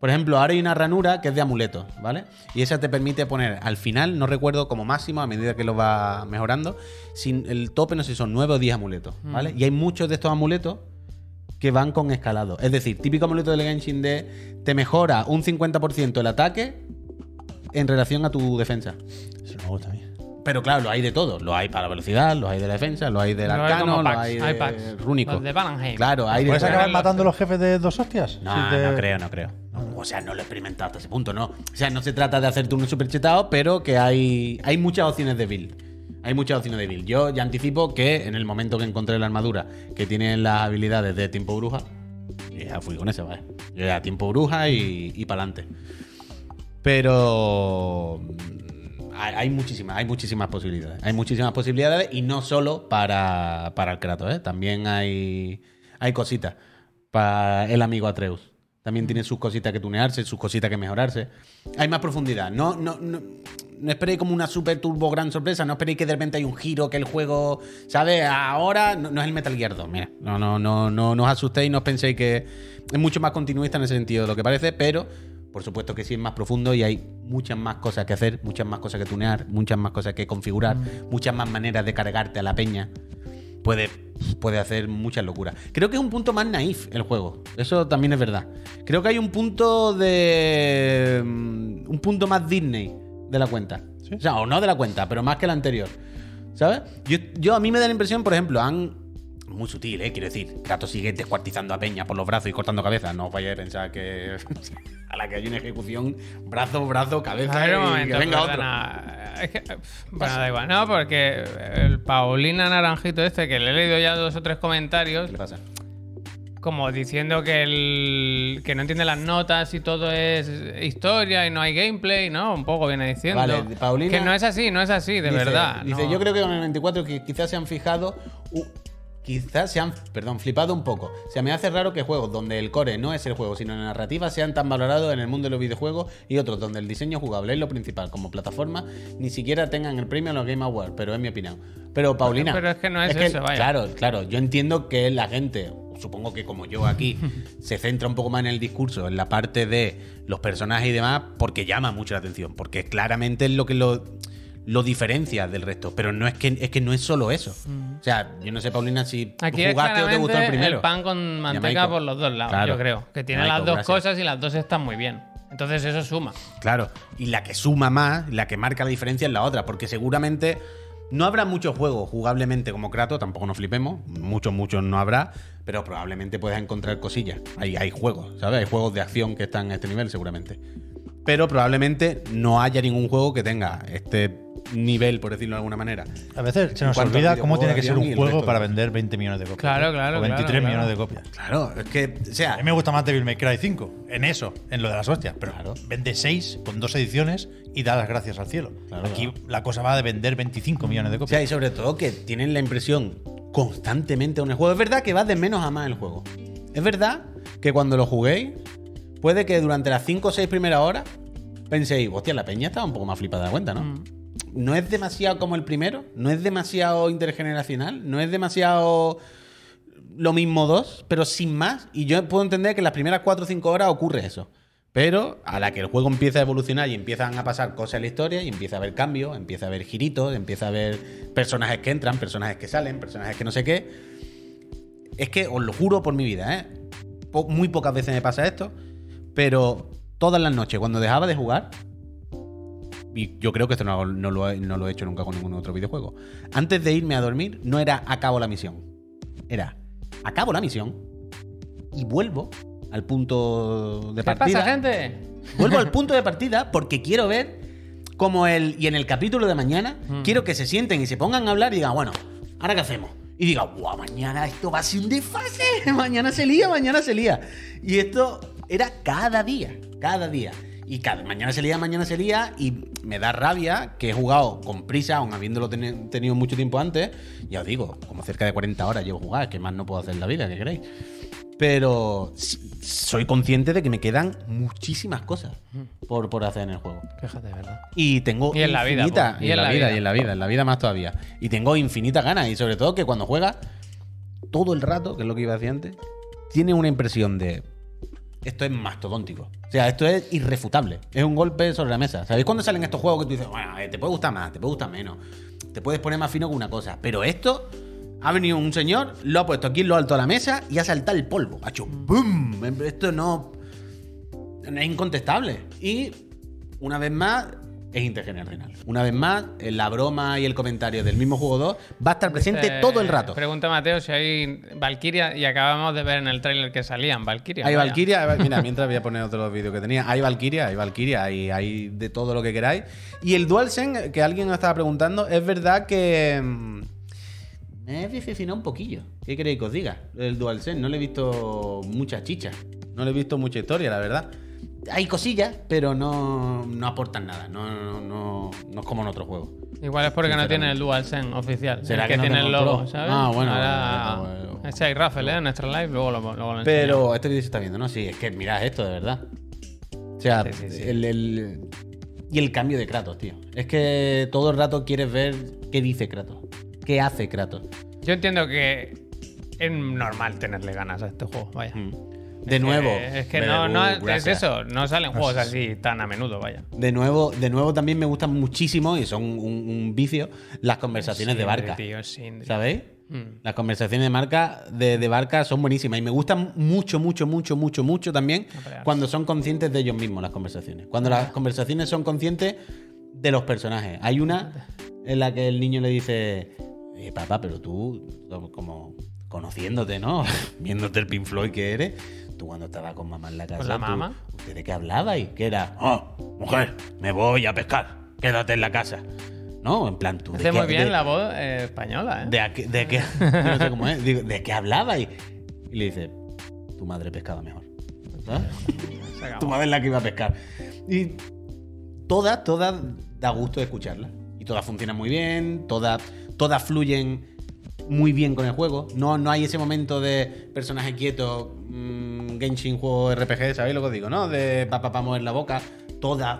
B: Por ejemplo, ahora hay una ranura que es de amuletos, ¿vale? Y esa te permite poner al final, no recuerdo como máximo, a medida que lo va mejorando, sin el tope, no sé si son 9 o 10 amuletos, ¿vale? Y hay muchos de estos amuletos que van con escalado. Es decir, típico amuleto del Genshin de te mejora un 50% el ataque en relación a tu defensa.
C: Eso me gusta a mí.
B: Pero claro, lo hay de todo. Lo hay para la velocidad, lo hay de la defensa, lo hay del
A: Lo hay
B: arcano,
A: como
B: lo
A: packs,
B: hay
A: hay
B: de
A: packs.
B: rúnico.
A: Los de Valheim.
B: Claro, hay de
C: ¿Puedes
B: todo.
C: acabar
A: Los-
C: matando a los jefes de dos hostias?
B: No,
C: Si te-
B: no creo, no creo. O sea, no lo he experimentado hasta ese punto, ¿no? O sea, no se trata de hacer turnos super chetados, pero que hay, hay muchas opciones de build. Hay muchas opciones de build. Yo ya anticipo que en el momento que encontré la armadura que tiene las habilidades de tiempo bruja, yo ya fui con ese, ¿vale? Yo ya tiempo bruja y, y para adelante. Pero mm, hay, hay muchísimas, hay muchísimas posibilidades. Hay muchísimas posibilidades y no solo para, para el Kratos, ¿eh? También hay, hay cositas para el amigo Atreus. También tiene sus cositas que tunearse, sus cositas que mejorarse. Hay más profundidad. No, no, no, no esperéis como una super turbo gran sorpresa. No esperéis que de repente hay un giro, que el juego, ¿sabes? Ahora no, no es el Metal Gear 2. Mira, no, no, no, no, no os asustéis, no os penséis que es mucho más continuista en ese sentido de lo que parece, pero por supuesto que sí es más profundo y hay muchas más cosas que hacer, muchas más cosas que tunear, muchas más cosas que configurar, muchas más maneras de cargarte a la peña. Puede, puede hacer muchas locuras. Creo que es un punto más naif el juego. Eso también es verdad. Creo que hay un punto de. mm, Un punto más Disney de la cuenta. O sea, o no de la cuenta, pero más que el anterior. ¿Sabes? Yo, yo- a mí me da la impresión, por ejemplo, han. Muy sutil, ¿eh? Quiero decir, Gato sigue descuartizando a Peña por los brazos y cortando cabezas. No os vayáis a pensar que. *laughs* a la que hay una ejecución, brazo, brazo,
A: A
B: cabeza.
A: ver, un
B: y que
A: momento,
B: venga otro.
A: perdona. Es que, pf, bueno, da igual, no, porque el Paulina Naranjito este, que le he leído ya dos o tres comentarios,
B: ¿Qué le pasa?
A: como diciendo que el que no entiende las notas y todo es historia y no hay gameplay, ¿no? Un poco viene diciendo.
B: Vale, Paulina-
A: que no es así, no es así, de
B: Dice-
A: verdad.
B: Dice,
A: no.
B: yo creo que con el 24 que quizás se han fijado. u- quizás se han, perdón, flipado un poco. Se me hace raro que juegos donde el core no es el juego, sino la narrativa, sean tan valorados en el mundo de los videojuegos y otros donde el diseño jugable es lo principal como plataforma, ni siquiera tengan el premio en los Game Awards, pero es mi opinión. Pero Paulina.
A: Pero es que no es eso, vaya.
B: Claro, claro. Yo entiendo que la gente, supongo que como
A: *laughs*
B: yo aquí, se centra un poco más en el discurso, en la parte de los personajes y demás, porque llama mucho la atención, porque claramente es lo que lo, lo diferencia del resto. Pero no es que, es que no es solo eso. O sea, yo no sé, Paulina, si
A: Mm. Aquí es
B: jugaste o te gustó el
A: claramente
B: primero.
A: el pan con manteca
B: Yamaico.
A: por los dos lados,
B: Claro.
A: yo creo. Que tiene
B: Yamaico,
A: las dos
B: gracias.
A: cosas y las dos están muy bien. Entonces eso suma.
B: Claro, y la que suma más, la que marca la diferencia es la otra, porque seguramente no habrá muchos juegos jugablemente como Kratos, tampoco nos flipemos, muchos, muchos no habrá, pero probablemente puedas encontrar cosillas. Hay, hay juegos, ¿sabes? Hay juegos de acción que están a este nivel, seguramente. Pero probablemente no haya ningún juego que tenga este nivel, por decirlo de alguna manera.
C: A veces se nos
B: cuanto al
C: olvida cómo tiene que ser
B: videojuego de acción
C: un
B: y el
C: juego
B: resto
C: para
B: de cosas.
C: vender 20 millones de copias.
A: Claro, claro,
C: O 23
A: claro,
C: millones de
A: claro.
C: copias.
B: Claro, es que, o
C: A
B: sea,
C: mí me gusta más Devil May Cry 5, en eso, en lo de las hostias. Pero
B: Claro.
C: vende 6 con dos ediciones y da las gracias al cielo.
B: Claro,
C: Aquí la cosa va de vender 25 millones de
B: O sea,
C: copias.
B: y sobre todo que tienen la impresión constantemente en el juego. Es verdad que va de menos a más el juego. Es verdad que cuando lo juguéis, puede que durante las 5 o 6 primeras horas penséis, hostia, la peña estaba un poco más flipada de la cuenta, ¿no? No es demasiado como el primero, no es demasiado intergeneracional, no es demasiado lo mismo dos, pero sin más. Y yo puedo entender que en las primeras 4 o 5 horas ocurre eso. Pero a la que el juego empieza a evolucionar y empiezan a pasar cosas en la historia, y empieza a haber cambios, empieza a haber giritos, empieza a haber personajes que entran, personajes que salen, personajes que no sé qué. Es que os lo juro por mi vida, ¿eh? Po- muy pocas veces me pasa esto, pero todas las noches cuando dejaba de jugar, y yo creo que esto no, hago- no lo, he- no lo he hecho nunca con ningún otro videojuego, antes de irme a dormir no era acabo la misión, era acabo la misión y vuelvo al punto de
A: ¿Qué
B: partida.
A: pasa, gente?
B: Vuelvo al punto de partida porque quiero ver como el. Y en el capítulo de mañana, quiero que se sienten y se pongan a hablar y digan, bueno, ¿ahora qué hacemos? Y diga, guau, mañana esto va a ser un desfase. *laughs* Mañana se lía, mañana se lía. Y esto era cada día, cada día. Y cada mañana se lía, mañana se lía. Y me da rabia que he jugado con prisa, aun habiéndolo teni- tenido mucho tiempo antes. Ya os digo, como cerca de 40 horas llevo jugar, que más no puedo hacer en la vida, ¿qué queréis? Pero s- soy consciente de que me quedan muchísimas cosas por, por hacer en el juego.
A: Fíjate, ¿verdad?
B: Y tengo
A: Y en la vida,
B: infinita-
A: pues.
B: y, en la, vida, y en la vida, en la vida más todavía. Y tengo infinitas ganas. Y sobre todo que cuando juegas, todo el rato, que es lo que iba a decir antes, tiene una impresión de. Esto es mastodóntico. O sea, esto es irrefutable. Es un golpe sobre la mesa. ¿Sabéis cuando salen estos juegos que tú dices, bueno, eh, te puede gustar más, te puede gustar menos? Te puedes poner más fino con una cosa. Pero esto, ha venido un señor, lo ha puesto aquí en lo alto de la mesa y ha saltado el polvo. Ha hecho boom. Esto no. Es incontestable. Y una vez más, es intergeneracional. Una vez más, eh, la broma y el comentario del mismo juego 2 va a estar presente
A: Eh,
B: todo el rato.
A: Pregunta Mateo si hay Valkyria y acabamos de ver en el tráiler que salían Valkyria.
B: Hay
A: vaya.
B: Valkyria, hay
A: *laughs*
B: Val- mira, mientras voy a poner otros vídeos que tenía. Hay Valkyria, hay Valkyria, hay, hay de todo lo que queráis. Y el DualSense, que alguien nos estaba preguntando, es verdad que. mm, eh, Me he decepcionado un poquillo. ¿Qué queréis que os diga? El DualSense, no le he visto mucha chicha. No le he visto mucha historia, la verdad. Hay cosillas, pero no, no aportan nada. No, no, no, no es como en otros juegos.
A: Igual es porque no
B: Sinceramente.
A: tiene el DualSense oficial.
B: ¿Será
A: el
B: que
A: que,
B: no
A: tiene
B: tengo
A: el
B: el
A: logo,
B: Pro?
A: ¿sabes?
B: Ah, bueno,
A: Ahora-
B: bueno, bueno.
A: Ese hay Raffle, ¿eh? En nuestra live, luego lo, luego lo
B: Pero este vídeo se está viendo, ¿no? Sí, es que mirad esto, de verdad. O sea,
A: Sí, sí, sí.
B: El, el- Y el cambio de Kratos, tío. Es que todo el rato quieres ver qué dice Kratos. ¿Qué hace Kratos?
A: enseñamos. Yo entiendo que es normal tenerle ganas a este juego, vaya.
B: Hmm. De nuevo.
A: Eh, es que
B: Bebe,
A: no, no-
B: uh,
A: es
B: gracias. Ah,
A: eso, no salen juegos así tan a menudo, vaya.
B: De nuevo, de nuevo también me gustan muchísimo, y son un, un vicio, las conversaciones de
A: Sindri,
B: barca.
A: tío, Sindri.
B: ¿Sabéis?
A: Mm.
B: Las conversaciones de marca de, de barca son buenísimas y me gustan mucho, mucho, mucho, mucho, mucho también
A: pelearse.
B: cuando son conscientes de ellos mismos las conversaciones. Cuando las conversaciones son conscientes de los personajes. Hay una en la que el niño le dice, "Eh, papá, pero tú, como conociéndote, ¿no? *laughs* Viéndote el Pink Floyd que eres, tú cuando estabas con mamá en la casa,
A: la
B: tú-
A: mamá?
B: ¿usted de qué hablabais? Que era, oh, mujer, me voy a pescar, quédate en la casa. No, en plan tú. ¿de
A: Hace
B: qué-
A: muy bien
B: de-
A: la voz eh, española, ¿eh?
B: ¿De, a qué- de qué- yo no sé cómo es, digo, ¿de qué hablabais? Y le dice, tu madre pescaba mejor. ¿Sabes?
A: Se acabó.
B: Tu madre es la que iba a pescar. Y todas, todas da gusto escucharlas. Y todas funcionan muy bien, todas, todas fluyen muy bien con el juego. No, no hay ese momento de personaje quieto, mm, Genshin, juego RPG, ¿sabéis lo que os digo? ¿No? De pa, pa, pa, mover la boca. Todas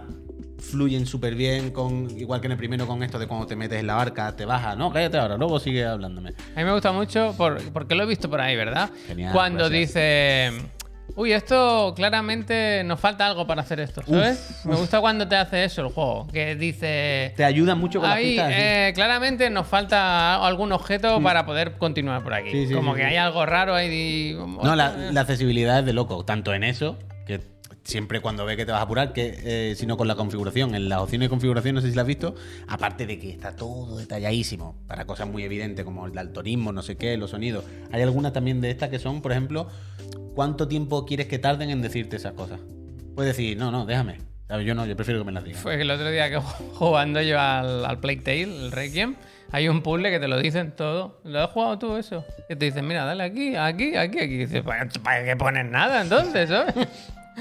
B: fluyen súper bien, con, igual que en el primero con esto de cuando te metes en la barca, te baja. No, cállate ahora, luego sigue hablándome.
A: A mí me gusta mucho por- porque lo he visto por ahí, ¿verdad?
B: Genial,
A: Cuando
B: gracias.
A: dice, uy, esto claramente nos falta algo para hacer esto, ¿sabes? me gusta cuando te hace eso el juego, que dice,
B: Te ayuda mucho con las
A: ahí
B: pistas. ¿sí?
A: eh, claramente nos falta algún objeto para poder continuar por aquí.
B: Sí, sí,
A: Como
B: sí,
A: que
B: sí.
A: hay algo raro ahí. y-
C: Pues,
B: No, la,
C: eh.
B: la accesibilidad es de loco, tanto en eso, que siempre cuando ve que te vas a apurar, que eh, sino con la configuración. En las opciones de configuración, no sé si la has visto, aparte de que está todo detalladísimo, para cosas muy evidentes como el daltonismo, no sé qué, los sonidos. Hay algunas también de estas que son, por ejemplo, ¿cuánto tiempo quieres que tarden en decirte esas cosas? Puedes decir, no, no, déjame. ¿Sabes? Yo no, yo prefiero que me las digas.
A: Fue el otro día que jugando yo al, al Plague Tale, el Requiem, hay un puzzle que te lo dicen todo. ¿Lo has jugado tú eso? Que te dicen, mira, dale aquí, aquí, aquí, aquí. Y dices, "Pa- ¿para qué pones nada entonces? ¿sabes?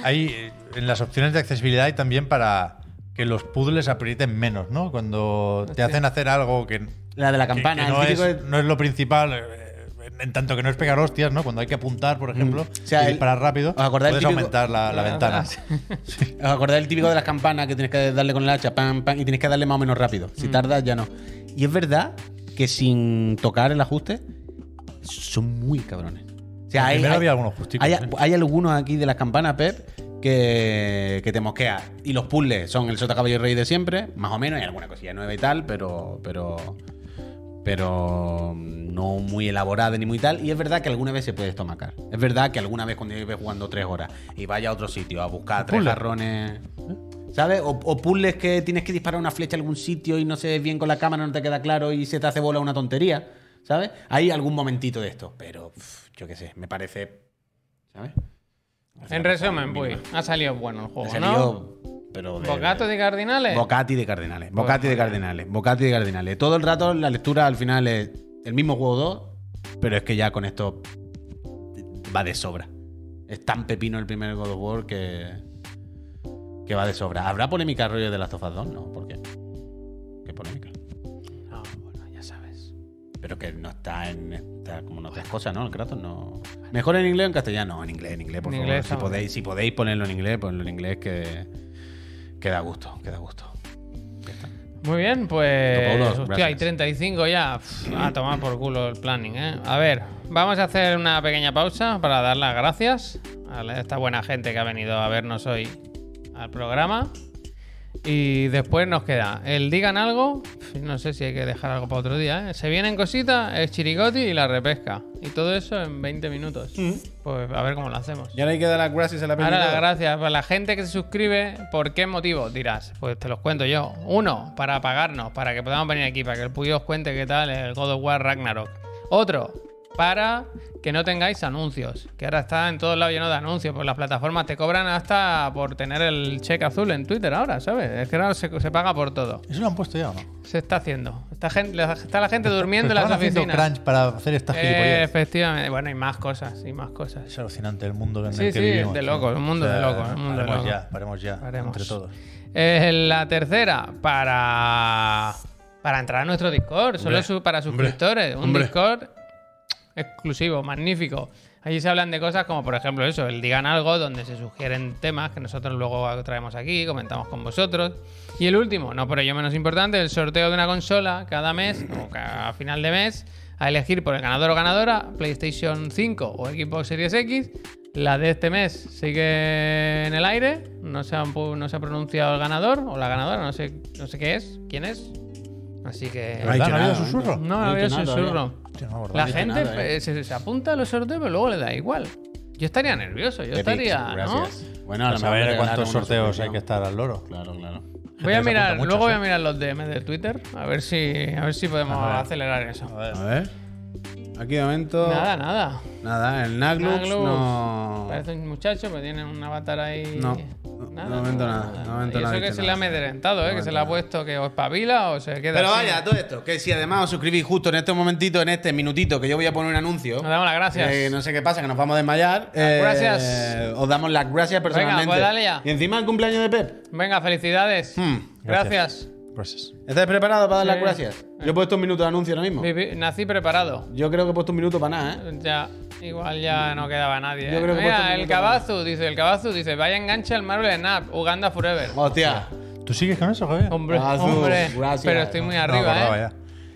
C: Hay eh, en las opciones de accesibilidad hay también para que los puzzles aprieten menos, ¿no? Cuando te hacen hacer algo que,
B: La de la
C: que- que
B: campana,
C: no,
B: el
C: es,
B: típico de-
C: no es lo principal, eh, en- en tanto que no es pegar hostias, ¿no? Cuando hay que apuntar, por ejemplo,
B: Mm. O sea,
C: y
B: el-
C: disparar rápido,
B: ¿os acordáis el
C: puedes
B: típico-
C: aumentar la,
A: Ah,
C: la ventana.
B: ¿Os acordáis del típico de las campanas que tienes que darle con el hacha, pam, pam, y tienes que darle más o menos rápido?
C: Mm.
B: Si tardas, ya no. Y es verdad que sin tocar el ajuste, son muy cabrones. O sea,
C: El
B: hay,
C: primero
B: hay-
C: había algunos justicos,
B: hay-
C: ¿eh?
B: hay algunos aquí de las campanas, Pep, que, que te mosquea. Y los puzzles son el Sota Caballo y Rey de siempre, más o menos, hay alguna cosilla nueva y tal, pero. pero pero no muy elaborada ni muy tal. Y es verdad que alguna vez se puede estomacar. Es verdad que alguna vez cuando lleves jugando tres horas y vaya a otro sitio a buscar tres
C: Puzzle.
B: jarrones. ¿Sabes? O, o puzzles que tienes que disparar una flecha a algún sitio y no se ve bien con la cámara, no te queda claro y se te hace bola una tontería. ¿Sabes? Hay algún momentito de esto, pero pf, yo qué sé, me parece. ¿Sabes?
A: En resumen, pues, ha salido bueno el
B: Me
A: juego, ¿no?
B: salió, pero de-
A: Bocato de cardinales.
B: Bocati de Cardinales. Bocati de Cardinales. Bocati de Cardinales. Todo el rato la lectura al final es el mismo juego 2, pero es que ya con esto va de sobra. Es tan pepino el primer God of War que, que va de sobra. ¿Habrá polémica rollo de Last of Us 2? No, ¿por qué? ¿Qué polémica?
A: No, Ah, bueno, ya sabes.
B: Pero que no está en esta, como no otras cosas, ¿no? El Kratos no. Mejor en inglés o en castellano. En inglés, en inglés, por
A: En
B: favor.
A: inglés
B: si,
A: está muy
B: podéis, si podéis ponerlo en inglés, ponlo en inglés que, que da gusto, que da gusto.
A: Muy bien, pues.
B: Don Pablo,
A: hostia,
B: gracias.
A: hay 35 ya. Pff, a tomar por culo el planning, ¿eh? A ver, vamos a hacer una pequeña pausa para dar las gracias a la- esta buena gente que ha venido a vernos hoy al programa. Y después nos queda el digan algo. Pff, No sé si hay que dejar algo para otro día, ¿eh? Se vienen cositas, el chirigoti y la repesca. Y todo eso en 20 minutos.
B: Mm.
A: Pues a ver cómo lo hacemos.
D: Y ahora hay que dar las gracias a la
A: Ahora las
D: película.
A: gracias para la gente que se suscribe. ¿Por qué motivo? Dirás. Pues te los cuento yo. Uno, para pagarnos, para que podamos venir aquí, para que el Puyo os cuente qué tal el God of War Ragnarok. Otro, para que no tengáis anuncios. Que ahora está en todos lados lleno de anuncios. Pues las plataformas te cobran hasta por tener el cheque azul en Twitter ahora, ¿sabes? Es que ahora se, se paga por todo.
C: ¿Eso lo han puesto ya o no?
A: Se está haciendo. Está, gente, la- está la gente durmiendo en las
C: Estaban haciendo
A: oficinas.
C: crunch para hacer estas
A: Eh,
C: gilipollas.
A: efectivamente. Bueno, y más cosas, y más cosas.
C: Es alucinante el mundo en el
A: Sí,
C: que
A: sí,
C: vivimos.
A: de locos, un mundo de locos, un mundo de
C: paremos
A: locos.
C: ya, paremos ya,
A: Paremos.
C: entre todos.
A: Eh, la tercera, para, para entrar a nuestro Discord, solo su- para suscriptores. un Discord exclusivo, magnífico. Allí se hablan de cosas como, por ejemplo, eso, el Digan Algo, donde se sugieren temas que nosotros luego traemos aquí, comentamos con vosotros. Y el último, no por ello menos importante, el sorteo de una consola cada mes o cada final de mes a elegir por el ganador o ganadora PlayStation 5 o Xbox Series X. La de este mes sigue en el aire, no se, han pu- no se ha pronunciado el ganador o la ganadora, no sé, no sé qué es, quién es. Así que...
C: ¿No ha dicho
B: ¿No ha
C: nada,
B: habido
C: susurro?
A: No, no
B: ha
A: había
B: dicho nada ¿eh?
A: susurro.
B: todavía.
C: Hostia, no me acordaba.
A: La
B: dice
A: gente
B: nada, ¿eh?
A: eh, se, se apunta a los sorteos, pero luego le da igual. Yo estaría nervioso, yo
B: Epic,
A: estaría, ¿no?
B: gracias. Bueno, a
C: A
B: lo mejor
C: saber
B: te ganaron
C: cuántos
B: una
C: sorteos hay
B: suscripción.
C: que estar al loro.
B: Claro, claro.
A: Voy a
C: les apunta
A: mirar,
C: mucho,
A: luego voy a
B: ¿eh?
C: sí.
A: mirar los DM de Twitter, a ver si, a ver si podemos acelerar eso.
B: A ver. Aquí de momento.
A: Nada, nada.
B: Nada, el Naglux,
A: Naglux.
B: no.
A: Parece un muchacho, pero tiene un avatar ahí.
B: No, no, de momento nada, de momento
A: y eso
B: nada
A: que
B: dice
A: se le ha
B: nada.
A: amedrentado, ¿eh? que se le ha puesto que o espabila o se queda.
B: Pero
A: así.
B: vaya, todo esto. Que si además os suscribís justo en este momentito, en este minutito, que yo voy a poner un anuncio.
A: Nos damos las gracias.
B: eh, no sé qué pasa, que nos vamos a desmayar. eh,
A: gracias.
B: Os damos las gracias personalmente.
A: pues dale ya.
B: Y encima el cumpleaños de Pep.
A: Venga, felicidades.
B: Hmm,
A: gracias.
C: Gracias.
B: ¿Estáis preparados para dar las
A: Sí.
B: gracias? Yo he puesto un minuto de anuncio ahora mismo.
A: Vivi- Nací preparado.
B: Yo creo que he puesto un minuto para nada, ¿eh?
A: Ya, igual ya no quedaba nadie.
B: Yo
A: ¿eh?
B: creo que puesto
A: Mira,
B: un
A: el
B: minuto
A: Cabazu dice, el Cabazu dice, vaya engancha el Marvel Snap, Uganda Forever.
B: Hostia.
C: ¿Tú sigues con eso, Javier?
A: Hombre,
B: Cabazu,
A: hombre,
B: gracias.
A: pero estoy muy
C: No me
A: arriba,
C: acordaba
A: ¿eh?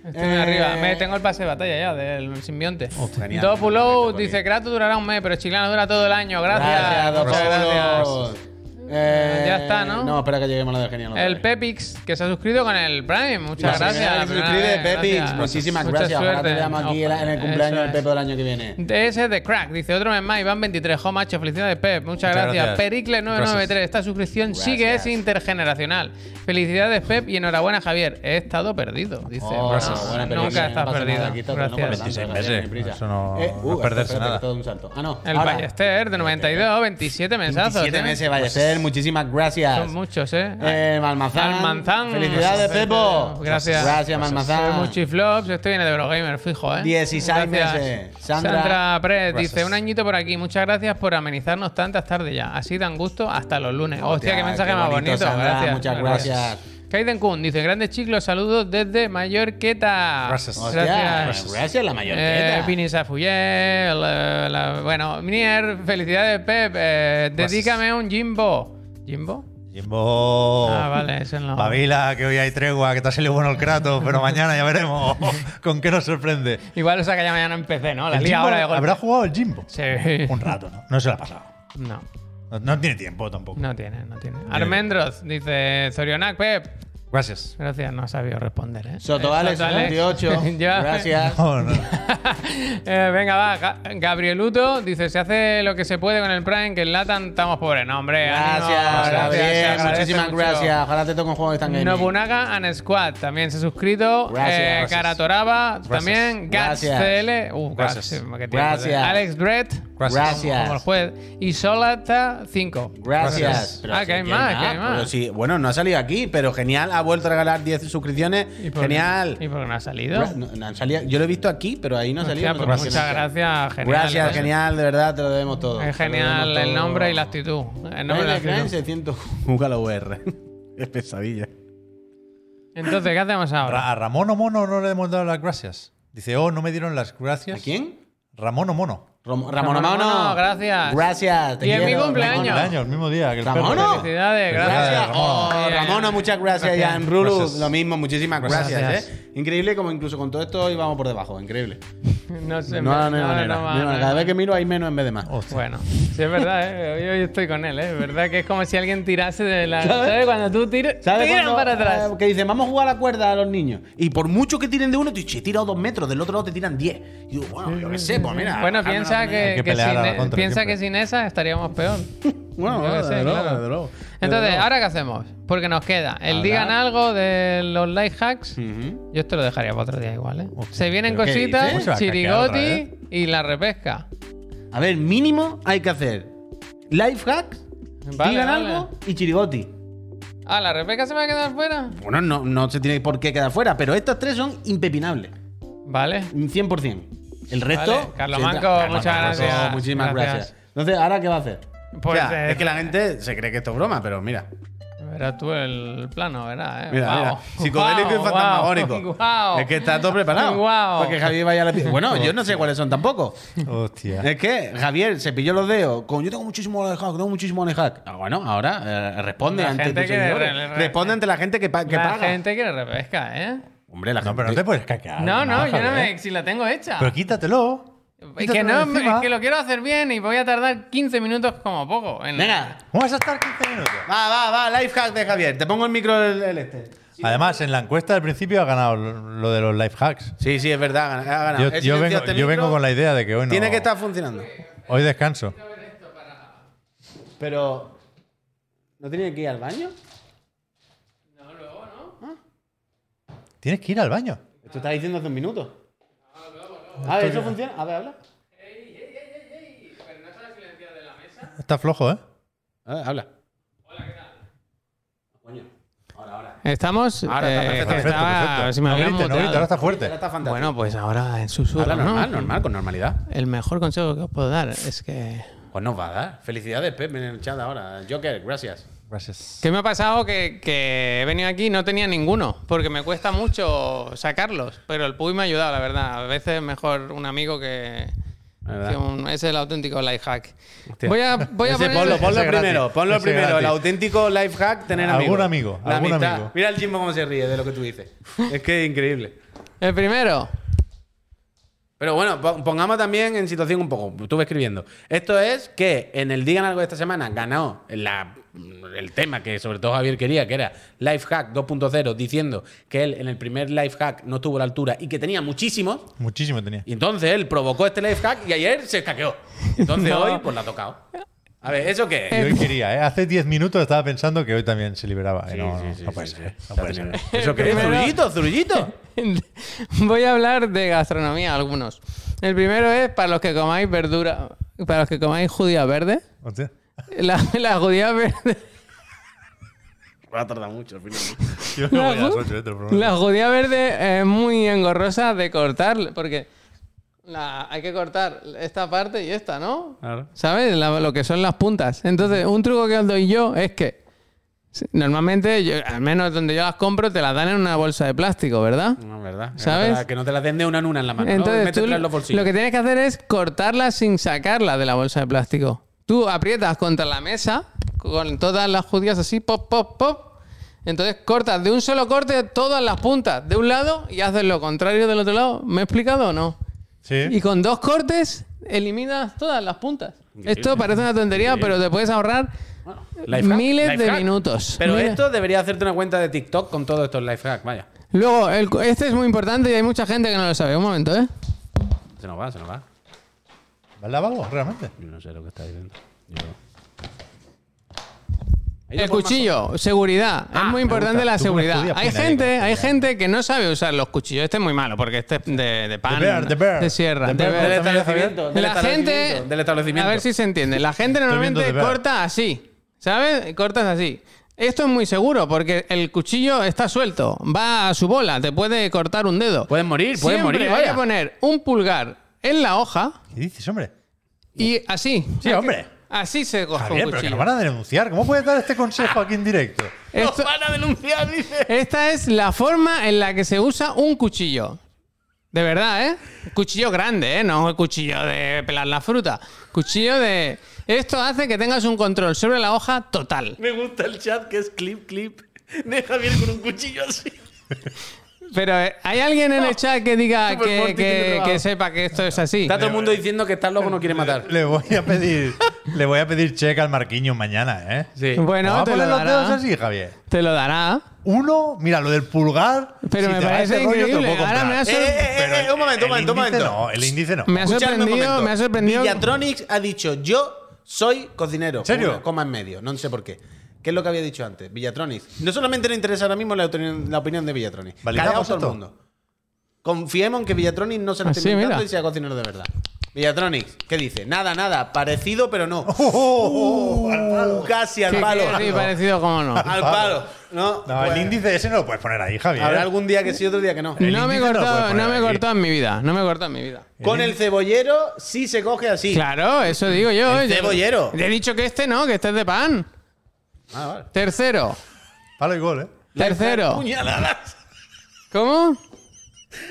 C: ya.
A: Estoy muy
B: Eh.
A: arriba. Me tengo el pase de batalla ya del simbionte.
B: Oh, genial.
A: Dopulow
B: Perfecto,
A: dice, Kratos durará un mes, pero Chiclana dura todo el año. Gracias.
B: don
A: Muchas gracias.
B: Pablo. Eh,
A: Ya está, ¿no?
B: No, espera que lleguemos a la de genial. otra
A: El
B: vez.
A: Pepix, que se ha suscrito con el Prime. Muchas
B: La
A: gracias.
B: primera
A: la
B: vez que
A: primera
B: suscribe,
A: vez,
B: Pepix.
A: gracias.
B: Muchísimas
A: Mucha
B: gracias. Ahora te
A: suerte.
B: veamos aquí en el
A: Eso
B: cumpleaños del
A: es.
B: Pepe del año que viene.
A: DS de Crack, dice otro mes más, Iván 23, jo macho, felicidades Pep, muchas,
C: Muchas
A: gracias.
C: gracias.
A: Pericle 993, esta suscripción sigue, es
B: Gracias.
A: intergeneracional. Felicidades Pep y enhorabuena Javier, he estado perdido, dice.
B: Oh,
A: No,
B: buena película,
A: nunca
B: no
A: estás
B: pasa nada,
A: perdido.
B: aquí está todo, no
A: gracias.
B: pasa nada,
C: 26
B: no hay
C: meses,
B: prisa. Eh, uh,
C: eso no- no
B: espera,
C: perderse
B: espera,
C: nada.
B: que todo un salto. Ah, no.
A: El
B: ahora,
A: Ballester de 92, 27 mensazos.
B: 27
A: ¿eh?
B: meses, Ballester. Muchísimas gracias.
A: Son muchos, ¿eh?
B: Eh, Malmazán.
A: Malmazán.
B: Felicidades, Pepo.
A: Gracias.
B: Gracias, Malmazán.
A: Muchiflops, esto viene de Eurogamer, fijo, ¿eh?
B: 16
A: Gracias.
B: meses.
A: Sandra,
B: Sandra-
A: Pérez
C: Gracias.
A: dice: Un añito por aquí, muchas gracias por amenizarnos tantas tardes ya. Así dan gusto hasta los lunes. Hostia, qué mensaje
B: qué
A: más
B: bonito,
A: bonito.
B: Sandra,
A: gracias. pues,
B: muchas gracias.
A: Kaiden Kun dice: Grandes chicos, saludos desde Mallorqueta.
C: Gracias.
B: Hostia,
A: Gracias.
B: Gracias, la mayor.
A: Eh, Pini Safuyé, la- la- bueno, Minier, felicidades, Pep. Eh, dedícame un Jimbo. ¿Jimbo?
B: Oh.
C: Jimbo.
A: Ah, vale, eso no.
C: Babila, que hoy hay tregua, que te ha salido bueno el Kratos, pero mañana ya
A: *laughs*
C: veremos con qué nos sorprende.
A: Igual lo saca ya mañana en PC, ¿no? La
C: El
A: lía
C: Jimbo-
A: ahora de golpe.
C: ¿Habrá jugado el Jimbo?
A: Sí.
C: Un rato, ¿no? No se la ha pasado.
A: No.
C: No, no tiene tiempo tampoco.
A: No tiene, no tiene. Armendroz dice Zorionac, Pep.
C: Gracias. *laughs*
A: Gracias, no ha sabido responder, ¿eh?
B: Sotoales,
A: Soto Alex. *laughs*
B: 78.
A: Ya.
B: Gracias.
C: No, no.
A: Eh, venga, va. Ga- Gabrieluto dice: Se hace lo que se puede con el Prime, que en Latam estamos pobres. No, hombre. ánimo,
B: Gracias,
A: se
B: Gabriel.
A: agradece
B: Muchísimas
A: mucho.
B: gracias. Ojalá te toque un juego de Stan Gaming.
A: Nobunaga and Squad también se ha suscrito.
B: Gracias,
A: Eh,
B: gracias.
A: Caratoraba también. Gats
B: Gracias.
A: CL. Uh,
C: Gracias.
A: Gats, qué tiempo.
B: Gracias.
A: Alex Brett.
B: Gracias.
A: Como el juez. Y Solata 5.
B: Gracias.
C: Gracias.
B: Pero
A: Ah,
B: si
A: que hay
B: ya
A: más, que hay más.
B: pero sí, bueno, no ha salido aquí, pero genial. Ha vuelto a regalar 10 suscripciones. Genial.
A: ¿Y por qué no ha salido?
B: Gra- no- no han salido. Yo lo he visto aquí, pero ahí no ha salido.
A: Hostia,
B: no
A: pues
B: sé por qué
A: muchas
B: no.
A: gracias, genial.
B: Gracias,
A: ¿eh?
B: genial, de verdad, te lo debemos todo.
A: Es
B: Te lo
A: genial
B: debemos
A: el
B: todo.
A: nombre y la actitud. El nombre y la
B: Braille Crane
A: actitud.
B: 600 Google VR. Es pesadilla.
A: Entonces, ¿qué hacemos ahora?
C: Ra- A Ramón o Mono no le hemos dado las gracias. Dice, oh, no me dieron las
B: ¿A
C: gracias.
B: quién?
C: Ramón o Mono.
B: Rom- Ramón
A: Ramón
B: Amano.
A: Amano, gracias.
B: Gracias. te
A: Y en mi
B: quiero,
A: cumpleaños.
B: Ramón.
C: Cumpleaños, el mismo día que el
B: Ramón,
C: perro.
B: ¿no?
A: Felicidades, gracias.
B: Gracias.
C: Ramona.
B: Oh,
A: Bien.
B: Ramona, muchas gracias.
A: Eh, Gracias.
B: Jan Rulu,
C: Gracias.
B: lo mismo, muchísimas gracias.
A: Gracias.
B: ¿eh? Increíble como incluso con todo esto íbamos por debajo, increíble.
A: No sé,
B: No, no, hay
A: va,
B: manera.
A: no
B: no
A: va,
B: hay manera.
A: no
B: Cada
A: va.
B: vez que miro hay menos en vez de más.
C: Hostia.
A: Bueno, sí es verdad, ¿eh? hoy, hoy estoy con él, ¿eh? es verdad que es como si alguien tirase de la... ¿Sabes? Cuando tú tiras,
B: ¿Sabes
A: tiran
B: cuando,
A: para atrás.
B: eh, que dicen, vamos a jugar a la cuerda a los niños. Y por mucho que tiren de uno, te he tirado dos metros, del otro lado te tiran diez. Y yo, bueno, yo qué sé, pues mira.
A: bueno,
B: al menos
A: piensa,
B: me-
A: que,
C: Hay que
A: que
C: pelear
A: sin, e-
C: a la contra
A: piensa
C: siempre.
A: que sin esa estaríamos peor.
B: *laughs* Bueno,
A: Yo qué
B: desde
A: sé,
B: luego,
A: claro.
B: desde luego, desde
A: Entonces,
B: luego.
A: ¿ahora qué hacemos? Porque nos queda el
B: Hablar. Hmm.
A: digan algo de los life hacks.
B: Ujú.
A: Yo esto lo dejaría para otro día igual, ¿eh?
C: Hostia,
A: Se vienen
B: ¿pero qué dices?
A: cositas,
C: ¿Cómo se va a caquear otra vez?
A: chirigoti y la repesca.
B: A ver, mínimo hay que hacer life hacks,
A: Vale,
B: digan
A: vale.
B: algo y chirigoti.
A: Ah, ¿la repesca se va a quedar fuera?
B: Bueno, no, no se tiene por qué quedar fuera, pero estas tres son impepinables.
A: Vale.
B: 100%. El resto.
A: Vale, Carlos
B: se-
A: Manco, muchas gracias.
B: Muchísimas gracias.
A: Gracias.
B: Entonces, ¿ahora qué va a hacer?
A: Pues,
B: O sea,
A: eh,
B: es que la gente se cree que esto es broma, pero mira.
A: Verás tú el plano, verás, eh.
B: Mira,
A: Guau.
B: mira. Psicodélico
A: Guau,
B: y fantasmagórico.
A: guau, *laughs* guau.
B: Es que está todo preparado.
A: Ah, Guau.
B: Para que Javier vaya a la pi- Bueno, yo no sé cuáles son tampoco.
C: Hostia.
B: Es que Javier se pilló los dedos con yo tengo muchísimo de hack, tengo muchísimo de hack. Ah, bueno, ahora eh, responde
A: La
B: ante
A: gente
B: tus
A: que re-
B: seguidores.
A: re-
B: responde ante la gente que, pa- que
A: la
B: paga.
A: gente quiere repesca, ¿eh?
B: Hombre, la
C: No,
B: gente.
C: pero no te puedes caquear.
A: no, no,
C: nada,
A: yo no
C: Javier.
A: me. Si la tengo hecha.
C: Pero quítatelo.
A: es
C: quítatelo
A: que no,
C: de
A: hombre,
C: encima.
A: es que lo quiero hacer bien y voy a tardar 15 minutos como poco. en-
B: Venga,
C: ¿Cómo vas a estar 15 minutos?
B: va, va, va, life hack de Javier. Te pongo el micro el, el este.
C: Además, en la encuesta del principio ha ganado lo lo de los life hacks.
B: Sí, sí, es verdad. ha ganado.
C: Yo,
B: He
C: yo vengo,
B: silenciado este
C: yo
B: micro.
C: vengo con la idea de que hoy no.
B: Tiene que estar funcionando.
C: Hoy descanso.
B: Pero. ¿No tenía que ir al baño?
C: Tienes que ir al baño.
B: Esto está diciendo hace un minuto. Ah, A ver, ¿eso funciona? A ver, habla.
C: Está flojo, ¿eh?
B: A ver, habla. Hola, ¿qué tal? Coño. Ahora, ahora.
A: Estamos.
B: Ahora está
A: eh,
B: perfecto,
A: que
C: Perfecto,
A: estaba-
C: perfecto.
A: si me
C: no
A: habían
C: grites, no grites,
A: muteado.
C: ahora está
B: Ahora
C: fuerte.
B: está fantástico.
A: Bueno, pues ahora en susurro.
B: habla
A: ¿no?
B: normal, normal, con normalidad.
A: El mejor consejo que os puedo dar es que.
B: Pues nos va a dar. Felicidades, Pep, en el chat ahora. Joker, gracias.
C: Gracias.
A: ¿Qué me ha pasado? Que, que he venido aquí y no tenía ninguno, porque me cuesta mucho sacarlos, pero el Puy me ha ayudado, la verdad. A veces es mejor un amigo que...
B: ¿Verdad?
A: que un- ese es el auténtico life hack.
B: Hostia.
A: Voy a, voy a
B: Ese,
A: poner...
B: ponlo, ponlo
C: ese gratis,
B: primero, ponlo
C: ese
B: primero. El
C: gratis.
B: auténtico life hack, tener amigos.
C: Algún amigo,
B: La
C: algún
B: amistad.
C: amigo.
B: Mira el Jimbo cómo se ríe de lo que tú dices. es que es increíble.
A: El primero. *laughs*
B: Pero bueno, po- pongamos también en situación un poco. Estuve escribiendo. Esto es que en el Digan Algo de esta semana ganó la- el tema que sobre todo Javier quería, que era Lifehack 2.0, diciendo que él en el primer Lifehack no estuvo a la altura y que tenía muchísimos.
C: Muchísimo tenía.
B: Y entonces él provocó este Lifehack y ayer se escaqueó. Entonces
A: No.
B: hoy, pues la ha tocado. A ver, ¿eso qué es?
C: Yo hoy quería, ¿eh? Hace 10 minutos estaba pensando que hoy también se liberaba. Eh, no, no, no puede ser. No puede ser.
B: ¿Eso qué es?
A: Primero-
B: ¿Zurullito? ¿Zurullito?
A: voy a hablar de gastronomía, algunos. El primero es para los que comáis verdura, para los que comáis judía verde.
C: Hostia.
A: *laughs*
C: *laughs*
A: La, la judía verde.
B: Va a tardar mucho, al final.
C: Yo
A: *laughs*
C: me voy a las
A: ju-
C: 8, eh, te lo prometo.
A: la judía verde es muy engorrosa de cortar, porque la- hay que cortar esta parte y esta, ¿no?
B: Claro.
A: ¿Sabes? La- lo que son las puntas. Entonces, un truco que os doy yo es que si- normalmente, yo- al menos donde yo las compro, te las dan en una bolsa de plástico, ¿verdad?
B: No, verdad. Que no te
A: ¿Sabes?
B: la- Que no te la den de una en una en la mano. ¿no?
A: Entonces, tú
B: Métetela en los bolsillos.
A: lo que tienes que hacer es cortarla sin sacarla de la bolsa de plástico. Tú aprietas contra la mesa con todas las judías así, pop, pop, pop. Entonces cortas de un solo corte todas las puntas de un lado y haces lo contrario del otro lado. ¿Me he explicado o no?
C: Sí.
A: Y con dos cortes eliminas todas las puntas. Esto parece una tontería, pero te puedes ahorrar
B: lifehack,
A: miles de
D: lifehack.
A: minutos.
D: Pero
A: Mira.
D: esto debería hacerte una cuenta de TikTok con todos estos lifehacks. Vaya.
A: Luego, el cu- este es muy importante y hay mucha gente que no lo sabe. Un momento, ¿eh?
D: Se nos va, se nos va.
C: ¿Va al lavabo, realmente?
D: Yo no sé lo que está diciendo. Yo- Ahí
A: El
D: lo pongo
A: cuchillo, seguridad.
D: Ah,
A: es muy
D: me
A: importante
D: gusta.
A: la
C: Tú que no
A: seguridad.
C: estudias,
A: hay
C: pues, nadie
A: gente,
C: conoce
A: hay
C: nada.
A: gente que no sabe usar los cuchillos. Este es muy malo porque este es de, de pan.
C: The Bear, The Bear.
A: De sierra.
C: The
A: de
C: Bear.
D: más. Del
A: Bear.
D: establecimiento. del
A: La gente.
D: establecimiento, Del establecimiento.
A: A ver si se entiende. La gente normalmente
C: viendo The Bear.
A: corta así. ¿Sabes? Cortas así. Esto es muy seguro porque el cuchillo está suelto. Va a su bola. Te puede cortar un dedo.
D: Pueden morir, pueden
A: Siempre
D: morir,
A: Hay
D: vaya.
A: que poner un pulgar en la hoja
C: ¿Qué dices, hombre?
A: y así.
C: Uh. Sí,
A: Hay que-
C: hombre.
A: Así se coge un
C: Javier, pero que
A: cuchillo.
C: nos van a denunciar. ¿Cómo puedes dar este consejo aquí en
A: *laughs*
C: directo?
D: ¡Nos
A: Esto-
D: van a denunciar, dice!
A: Esta es la forma en la que se usa un cuchillo. De verdad, ¿eh? Cuchillo grande, ¿eh? No el cuchillo de pelar la fruta. Cuchillo de... Esto hace que tengas un control sobre la hoja total.
D: Me gusta el chat que es clip, clip. De Javier con un cuchillo así.
A: Pero eh, ¿hay alguien en el chat que diga
D: Super
A: que,
D: Morty tiene
A: que-
D: trabajo.
A: que sepa que esto es así?
D: Está todo el mundo diciendo que estás loco, no quiere matar.
C: Le voy a pedir, le voy a pedir cheque al Marquiño mañana, ¿eh?
D: Sí.
A: Bueno,
C: Vamos a
A: te lo
C: poner los dedos
A: dará.
C: así, Javier.
A: Te lo dará.
C: Uno, mira, lo del pulgar.
A: Pero
C: si
A: me
C: te va
A: parece
C: ese rollo, te lo
A: increíble.
C: puedo
A: Ahora
C: comprar.
A: me ha sor-
C: Pero el-
E: Eh, un momento,
C: el
E: un momento, un
C: índice
E: momento.
C: No, el índice no.
A: Me ha
E: Escuchadme un
A: sorprendido,
E: momento.
A: me ha sorprendido.
E: Videatronics ha dicho, yo soy cocinero. ¿En
C: serio?
E: coma en medio, no sé por qué. ¿Qué es lo que había dicho antes? Villatronics. No solamente nos interesa ahora mismo la, opinión- la opinión de Villatronics.
C: ¿Validamos
E: Callaos todo el
C: esto?
E: mundo. Confiemos en que Villatronics no se lo esté
A: Así,
E: inventando
A: Ah, mira.
E: y sea cocinero de verdad. Villatronics, ¿qué dice? Nada, nada, parecido pero
A: *laughs* Oh,
E: no. Uh, Casi al
A: Sí,
E: palo. Ah,
A: sí, sí, parecido como
E: *laughs*
A: no.
E: Al palo. No,
C: No,
E: pues,
C: el índice ese no lo puedes poner ahí,
A: eh.
C: ¿eh? Javier.
E: Habrá algún día que sí, otro día que no.
C: El
A: No me
C: índice no lo puedes
A: cortó,
C: poner
A: no me
C: aquí.
A: cortó en mi vida. No me cortó en mi vida.
E: Con el cebollero sí se coge así.
A: Claro, eso digo yo.
E: El
A: Yo-
E: cebollero.
A: Le he dicho que este no, que este es de pan.
E: Ah, vale.
A: Tercero.
C: Palo y gol, ¿eh?
A: Tercero.
E: Puñaladas.
A: ¿Cómo?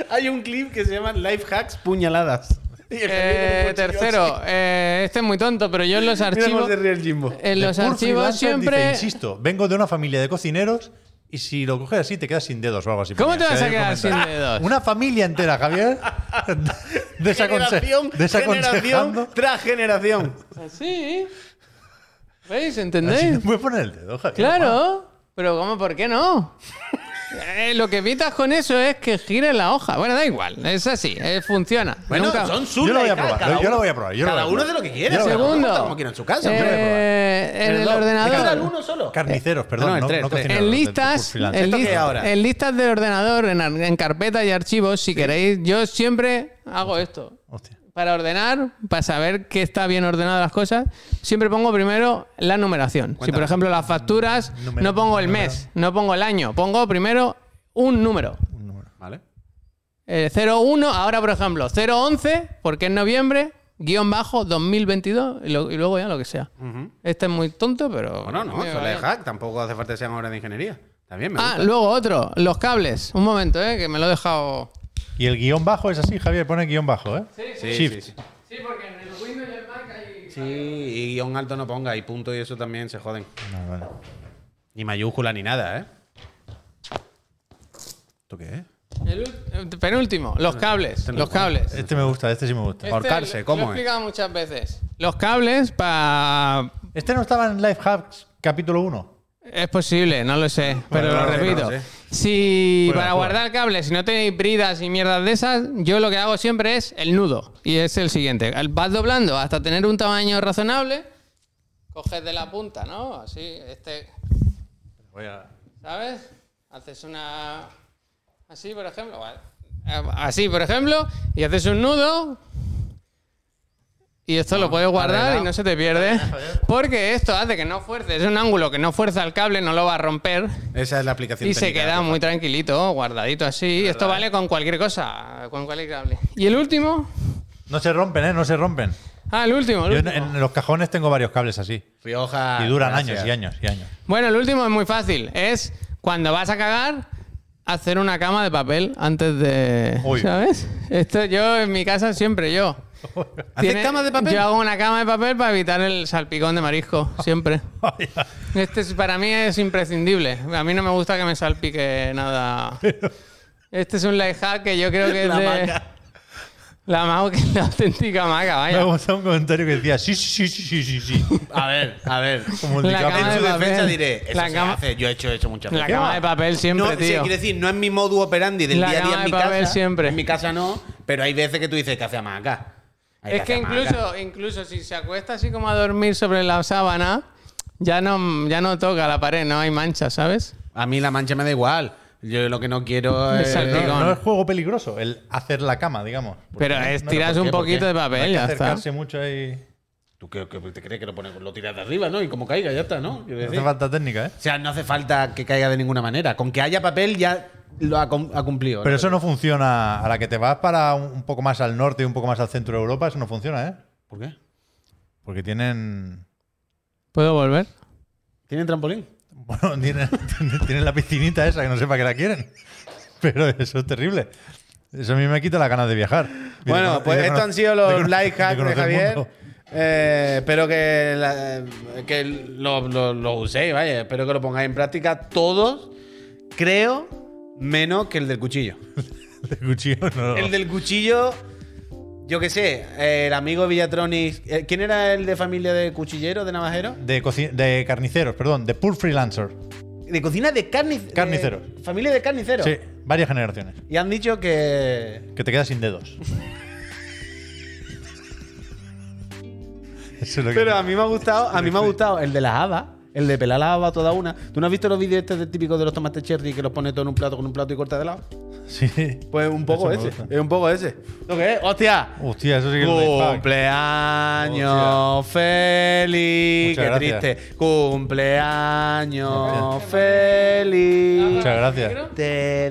E: Hay un clip que se llama Life Hacks Puñaladas. Y
A: Eh,
E: el Javier con un cuchillo
A: tercero.
E: así.
A: Eh, este es muy tonto, pero yo en los
E: Mira cómo
A: archivos.
E: se ríe el Jimbo.
A: En los
C: The Poor
A: archivos
C: Freelancer Dice,
A: siempre.
C: Insisto, vengo de una familia de cocineros y si lo coges así te quedas sin dedos o algo así.
A: ¿Cómo
C: ponía.
A: te vas
C: Se
A: a
C: ve el
A: quedar sin
C: comentario.
A: dedos?
C: Una familia entera,
E: *laughs*
C: Javier.
E: Generación,
C: Desaconse- Desaconsejando.
E: generación tras generación.
A: Sí. ¿Veis?
C: Así
A: ¿Entendéis?
C: no puedes poner el dedo, Javier.
A: ¿Eh?
C: Ah,
A: Claro. Pero ¿cómo? ¿Por qué no? *laughs* Eh, lo que evitas con eso es que gire la hoja. Bueno, da igual. Es así. eh, funciona.
E: Bueno,
A: Nunca-
E: son
C: Yo
E: sus
C: lo voy a
E: lifehacks,
C: probar.
E: cada
C: yo lo
E: uno-
C: voy a probar. Yo lo
E: Cada
C: voy a
E: uno de
C: probar.
E: lo que quiera.
C: Yo lo voy a
E: Segundo.
A: Segundo.
E: Como quiera en su casa. hombre.
A: Eh, en el
C: dos.
A: ordenador.
E: Cada uno solo. Eh,
C: Carniceros, perdón.
E: No,
C: No,
E: el tres,
C: no
E: tres.
C: cocineros,
A: En
C: de- de
A: listas,
C: Poor Freelancer.
A: en,
E: ¿Esto qué
A: list-
E: ahora?
A: en listas del ordenador, en, ar- en carpetas y archivos, si queréis, yo siempre hago esto.
C: Hostia.
A: Para ordenar, para saber que está bien ordenadas las cosas, siempre pongo primero la numeración. Si, por ejemplo, las facturas,
C: Número,
A: no pongo el
C: número.
A: mes, no pongo el año, pongo primero un número.
C: Un número.
D: Vale.
A: Eh, 01, ahora, por ejemplo, 011, porque es noviembre, guión bajo, 2022, y, lo- y luego ya lo que sea. Este es muy tonto, pero...
D: Bueno, no,
A: me
D: eso
A: va bien.
D: es hack. Tampoco hace falta que sean obras de ingeniería. También me
A: Ah,
D: gusta.
A: luego otro, los cables. Un momento, eh, que me lo he dejado.
C: Y el guión bajo es así, Javier. Pone guión bajo, ¿eh?
D: Sí,
C: Shift.
D: sí, sí.
A: Sí, porque en el Windows y el Mac hay.
D: Sí, y guión alto no ponga, y punto, y eso también se joden.
C: No, Ah, vale.
D: Ni mayúscula ni nada, ¿eh? ¿Esto qué es?
A: El ul- eh, penúltimo, los cables.
D: no lo
A: Los cables.
C: Este me gusta, este sí me gusta.
A: Este
D: ahorcarse,
A: lo-
D: ¿cómo
A: Lo he
D: es?
A: explicado muchas veces. Los cables para.
C: Este no estaba en Life Hacks capítulo 1.
A: Es posible, no lo sé, pero
C: no
A: lo
C: lo sé,
A: repito.
D: no lo sé.
A: Si
C: Juega,
A: para
C: juega.
A: guardar cables, si no tenéis bridas y mierdas de esas, yo lo que hago siempre es el nudo. Y es el siguiente. Vas doblando hasta tener un tamaño razonable, coges de la punta, ¿no? Así, este ¿Sabes? Haces una. Así, por ejemplo. vale. Eh, Así, por ejemplo, y haces un nudo. Y esto lo puedes guardar y no se te pierde. Porque esto hace que no fuerce. Es un ángulo que no fuerza el cable, no lo va a romper.
D: Esa es la aplicación
A: Y se
D: técnica.
A: queda muy tranquilito, guardadito así. Esto vale con cualquier cosa, con cualquier cable. Y el último.
C: No se rompen, ¿eh? No se rompen.
A: Ah, el último. el
C: Yo en,
A: último. Ah,
C: en los cajones tengo varios cables así.
D: Rioja.
C: Y duran
D: gracias.
C: años y años y años. *laughs*
A: Bueno, el último es muy fácil. Es cuando vas a cagar, hacer una cama de papel antes de.
C: Uy.
A: ¿Sabes? Esto yo en mi casa siempre yo.
D: ¿Haces
A: Tiene-
D: camas de papel?
A: Yo hago una cama de papel para evitar el salpicón de marisco, siempre. Este es- para mí es imprescindible. A mí no me gusta que me salpique nada. Este es un life hack que yo creo que es
E: La
A: de.
E: maca.
A: La Mau *laughs* que es la auténtica maga,
C: Me ha
A: vaya.
C: gustado un comentario que decía, sí, sí, sí, sí,
A: *laughs*
C: sí, sí. sí".
F: A ver, a ver.
C: *laughs* Como el
A: La
C: DiCaprio.
A: cama
F: En
A: de
F: su defensa
A: papel.
F: diré, eso
A: La
F: se
A: cama-
F: hace, yo he hecho eso muchas
A: La
F: veces.
A: cama de papel siempre,
F: No, sí,
A: tío.
F: quiero decir, no es mi modo operandi del
A: La
F: día a día
A: cama
F: en
A: de
F: mi
A: papel
F: casa.
A: siempre.
F: En mi casa no, pero hay veces que tú dices que hace hamaca. Hay
A: Es que
F: hacer hamaca.
A: incluso, incluso si se acuesta así como a dormir sobre la sábana, ya no, ya no toca la pared, no hay mancha, ¿sabes?
F: A mí la mancha me da igual. Yo lo que no quiero
A: Me
F: es.
A: salta.
C: No,
A: Salpicón.
C: no es juego peligroso el hacer la cama, digamos. Porque
A: Pero es
C: no
A: tiras
C: sé por
A: un
C: qué,
A: poquito
F: qué?
A: de
C: porque no hay
A: papel,
C: que
A: ya está.
C: acercarse mucho ahí.
F: ¿Tú qué, qué te crees que lo, pones? lo tiras de arriba, no? Y como caiga, ya está, ¿no? Quiero
C: No hace
F: decir.
C: falta técnica, ¿eh?
F: O sea, no hace falta que caiga de ninguna manera. Con que haya papel ya lo ha, cum- ha cumplido.
C: Pero eso no funciona. A la que te vas para un un poco más al norte y un poco más al centro de Europa, eso no funciona, ¿eh?
F: ¿Por qué?
C: Porque tienen.
A: ¿Puedo volver?
F: ¿Tienen trampolín?
C: Bueno, *laughs* tienen, tienen- tienen la piscinita esa que no sepa que la quieren. Pero eso es terrible. Eso a mí me quita las ganas de viajar. Y de
B: Bueno,
C: cono- y
B: pues
C: de
B: estos
C: cono-
B: han sido
C: de
B: los
C: cono-
B: life hacks de
C: conocer el
B: Javier.
C: mundo.
B: Eh, espero que, la- que lo, lo- lo uséis, vaya. Espero que lo pongáis en práctica todos, creo, menos que el del cuchillo.
C: El cuchillo, no.
B: El del cuchillo, yo qué sé, eh, el amigo Villatronics. eh, ¿Quién era el de familia de cuchillero, de navajero?
C: de, coci- de carniceros, perdón, de pool freelancer.
B: De cocina de carniceros.
C: Carniceros.
B: Familia de carniceros.
C: Sí, varias generaciones.
B: Y han dicho que.
C: Que te quedas
B: *laughs*
C: sin dedos. Eso es lo que-
B: Pero a mí me ha gustado, a mí me ha gustado el de las habas, el de pelar las habas toda una. ¿Tú no has visto los vídeos estos de- típicos de los tomates cherry que los pone todo en un plato con un plato y corta de lado?
C: Sí.
B: Pues un poco
C: me
B: ese,
C: gusta.
B: es un poco ese. ¿Lo que es? ¡Hostia!
C: Hostia, eso sí que es un life hack.
B: Cumpleaños feliz, qué
C: Muchas gracias.
B: triste. Cumpleaños feliz.
C: Muchas gracias.
B: Te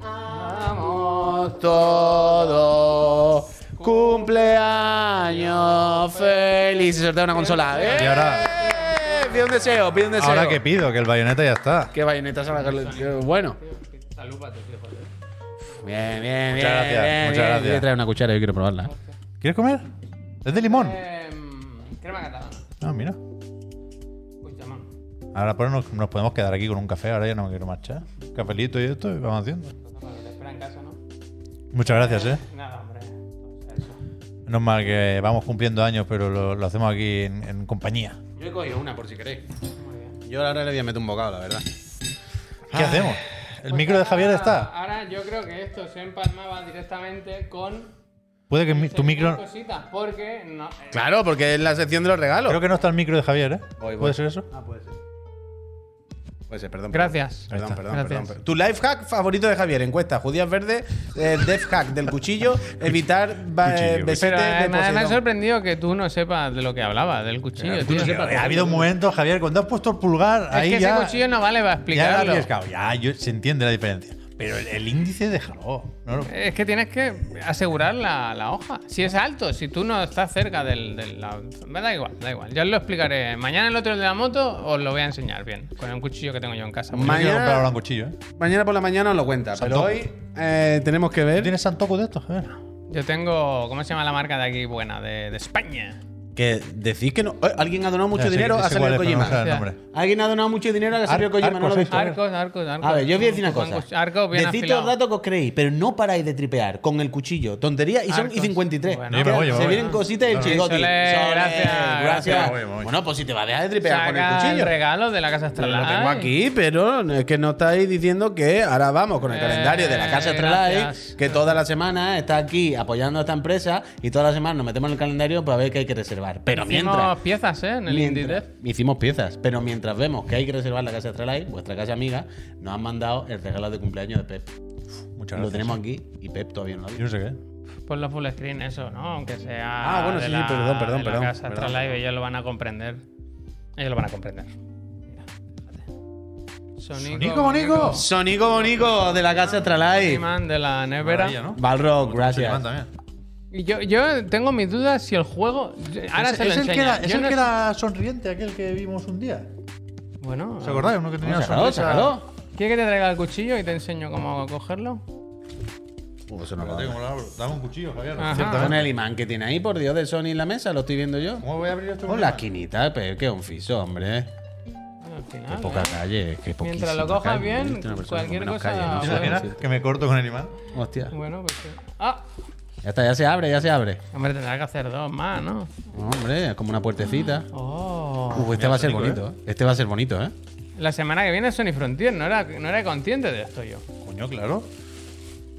B: deseamos todo. Cumpleaños feliz. Se sortea una consola.
C: Y ahora,
B: ¡Eh! Pide un deseo, pide un deseo.
C: ahora que pido, que el bayoneta ya está.
B: Qué bayoneta son las que- que- Bueno. Bien, bien, bien.
C: Muchas gracias,
B: bien,
C: muchas
B: bien.
C: gracias.
B: Voy a traer una cuchara, yo quiero probarla.
C: ¿Quieres comer? ¿Es de limón?
B: Eh.
A: Em, crema catalana.
C: Ah, mira. Ahora pues nos, nos podemos quedar aquí con un café, ahora ya no me quiero marchar. Cafelito y esto, y vamos haciendo.
A: espera en casa, ¿no?
C: Muchas gracias, eh.
A: Nada, hombre.
C: Menos mal que vamos cumpliendo años, pero lo, lo hacemos aquí en, en compañía.
F: Yo he cogido una por si queréis. Yo ahora le voy a meter un bocado, la verdad.
C: ¿Qué hacemos?
A: Pues
C: ¿El micro de Javier está?
A: Ahora yo creo que esto se empalmaba directamente con
C: Puede que mi- tu micro...
A: cositas, porque no, eh,
B: Claro, porque es la sección de los regalos.
C: Creo que no está el micro de Javier, ¿eh? ¿Puede ser eso?
B: Ah, Pues, eh, perdón.
A: Gracias.
B: Perdón, perdón,
A: Gracias.
B: perdón, perdón. Tu life hack favorito de Javier, encuesta, judías verdes, eh, death hack del *laughs* cuchillo, evitar ba-
C: Cuchillo,
B: eh, besitos
A: Pero
B: de
A: eh, me, me ha
B: Poseidón.
A: sorprendido que tú no sepas de lo que hablaba, del cuchillo, tío.
C: Ha habido un momento, Javier, cuando has puesto el pulgar,
A: Es
C: ahí
A: que
C: ya...
A: ese cuchillo no vale para
C: Ya,
A: explicarlo.
C: arriesgado, ya yo- se entiende la diferencia. Pero el, el índice déjalo. No lo-
A: Es que tienes que asegurar la, la hoja. Si es alto, si tú no estás cerca del, de la... me Da igual, da igual. Ya os lo explicaré. Mañana el otro de la moto os lo voy a enseñar bien. Con el cuchillo que tengo yo en casa.
C: Yo quiero
B: Mañana-
C: comprar ahora un cuchillo, ¿eh?
B: Mañana por la mañana os lo cuenta, pero
C: Santojo.
B: hoy eh, tenemos que ver
C: ¿Tienes santoco de estos, Javier?
A: Yo tengo... ¿Cómo se llama la marca de aquí buena? De, de España.
F: Que decís que no.
B: Eh, Alguien ha donado mucho
C: Ya sé-
B: dinero a
C: sé cuál
B: Samuel
C: es, pero no
B: Kojima.
C: me sale el
A: O sea,
C: nombre.
B: Alguien ha donado mucho dinero a Samuel
C: Ar-
B: Kojima, no lo
C: Arcos,
B: habéis-
C: Claro.
A: Arcos, arcos, arcos.
F: A ver, yo os voy a decir una
A: Buen
F: cosa.
A: cuch- Arcos bien
F: Decís todos los
A: afilado.
F: datos que os creéis, pero no paráis de tripear con el cuchillo. Tontería y son y
A: Arcos.
F: 53.
A: Bueno.
C: Yo me voy, yo me
F: se
C: voy.
F: vienen cositas del
C: No, no.
F: chigote.
A: Sole,
F: Sole,
A: gracias, gracias.
C: Me voy, me voy.
F: Bueno, pues si te va a dejar de tripear con el
A: Saca el
F: cuchillo.
A: regalo de la casa ¿eh?
B: Pero
A: astral.
B: lo tengo aquí, pero es que no estáis diciendo que ahora vamos con el
A: Eh,
B: calendario de la casa Astralife.
A: gracias.
F: Que toda la semana está aquí apoyando a esta empresa y toda la semana nos metemos en el calendario para ver qué hay que reservar. Pero mientras.
A: Hicimos piezas, ¿eh? En el Indie
F: Mientras-
A: Dev.
F: hicimos piezas, pero mientras vemos que hay que reservar la casa de Astralife, vuestra casa amiga, nos han mandado el regalo de cumpleaños de Pep.
C: Muchas
F: Lo
C: gracias.
F: tenemos aquí y Pep todavía no lo ha
C: Yo
F: visto.
C: no sé qué.
A: Ponlo full screen, eso, ¿no? Aunque sea.
B: Ah, bueno,
A: de
B: sí, sí,
A: la-
B: perdón, perdón,
A: de la
B: perdón,
A: casa
B: perdón.
A: Astralife, ellos lo van a comprender. Ellos lo van a comprender. Mira, fíjate. Sonico,
C: Sonico, Bonico.
B: Sonico Bonico de la casa Astralife.
A: Iman de la nevera.
C: Maravilla, ¿no?
F: Balrog,
C: Iván
F: gracias.
C: también.
A: Y yo, yo tengo mis dudas si el juego. yo- Ahora
C: Es-
A: se lo
C: es el que
A: enseño.
C: era,
A: Yo
C: es el
A: no
C: que
A: sé-
C: era sonriente, aquel que vimos un día.
A: Bueno,
C: ¿Os acordáis? Uno que tenía una
F: Sácalo,
C: sonrisa.
F: sácalo.
A: ¿quieres que te traiga el cuchillo y te enseño cómo cogerlo?
C: Espérate, ¿cómo lo abro? Dame un cuchillo, Javier.
A: Ajá.
F: Con
C: Ciertamente.
F: el imán que tiene ahí, por Dios, de Sony en la mesa, lo estoy viendo yo.
C: ¿Cómo voy a abrir esto?
F: Con la esquinita, Pep, qué onfiso,
B: ¿eh?
F: hombre.
A: Bueno, al final,
F: Qué
B: Ah,
F: poca
A: ¿eh?
F: calle, qué poquísima
A: Mientras lo cojas
F: calle.
A: bien,
F: Yo he visto una persona con
A: cualquier
F: menos
A: cosa-
F: calle,
C: ¿Te
F: ¿no?
C: imaginas que me corto con el imán?
F: Hostia.
A: Bueno, pues. sí. ¡Ah!
B: Ya está, ya se abre, ya se abre.
A: Hombre, tendrá que hacer dos más, ¿no?
B: Hombre, es como una puertecita.
A: Oh.
B: Uh, este va a ser Ah, bonito, ¿eh? Este va a ser bonito, ¿eh?
A: La semana que viene Sony Frontier, no era, no era consciente de esto yo.
C: Coño, claro.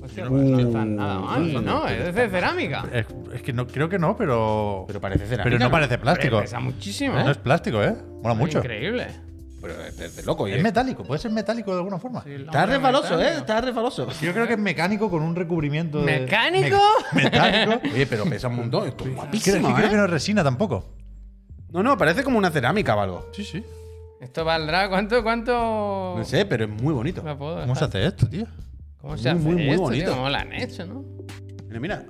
A: Hostia, pues no está nada mal, ¿no? Es de cerámica.
C: Es, es que no, creo que no, pero.
B: Pero parece cerámica,
C: Pero no,
B: ¿no?
C: parece plástico.
A: Hombre, Pesa muchísimo.
C: No es plástico, ¿eh? Mola mucho.
A: Increíble.
B: Pero es de- de loco, ¿eh?
C: Es metálico, puede ser metálico de alguna forma.
B: Está resbaloso, ¿eh? Está resbaloso.
C: Yo creo que es mecánico con un recubrimiento. de-
A: ¿Mecánico?
C: me- *laughs* metálico.
B: Oye, pero pesa un montón. Esto es
C: Creo, es que
B: guapísimo,
C: creo que
B: ¿eh?
C: no es resina tampoco.
B: No, no, parece como una cerámica o algo.
C: Sí, sí.
A: ¿Esto valdrá cuánto? ¿Cuánto?
B: No sé, pero es muy bonito.
A: Me puedo
C: ¿Cómo se
A: dejar?
C: hace esto, tío?
A: ¿Cómo se
B: Muy,
A: hace?
B: muy, muy
A: esto,
B: bonito.
A: tío? ¿Cómo lo han hecho, no?
B: Mira, mira.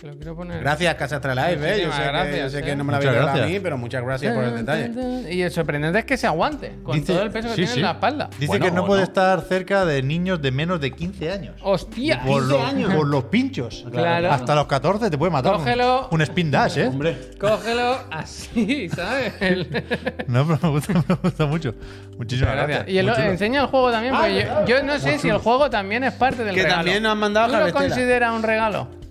A: Te lo quiero poner.
B: Gracias, Casa Astralife, ¿eh? Yo sé,
A: Muchísimas
B: que, yo
A: gracias,
B: sé
A: ¿eh?
B: que no me la habéis
C: Muchas
B: regalado a
C: gracias.
B: mí, pero muchas gracias por el detalle.
A: Y el sorprendente es que se aguante con
C: Dice-
A: todo el peso que
C: sí,
A: tiene
C: sí.
A: en la espalda.
C: Dice
B: Bueno,
C: que no
B: o
C: puede
B: no.
C: estar cerca de niños de menos de 15 años.
A: ¡Hostia!
C: por, los,
B: años.
C: por los pinchos.
A: Oh, Claro.
C: Hasta los 14 te puede matar. un-
A: Cógelo.
C: Un, spin dash, ¿eh?
A: Cógelo así, *laughs*
B: *laughs*
A: ¿sabes? El-
C: No, pero me gusta, me gusta mucho. Muchísimas gracias.
A: Y el-
C: Muy chulo.
A: enseña el juego también, porque yo, yo no sé si el juego también es parte del
B: Ah, Que
A: regalo.
B: también nos han mandado
A: ¿Tú lo
B: Javestela.
A: consideras un regalo?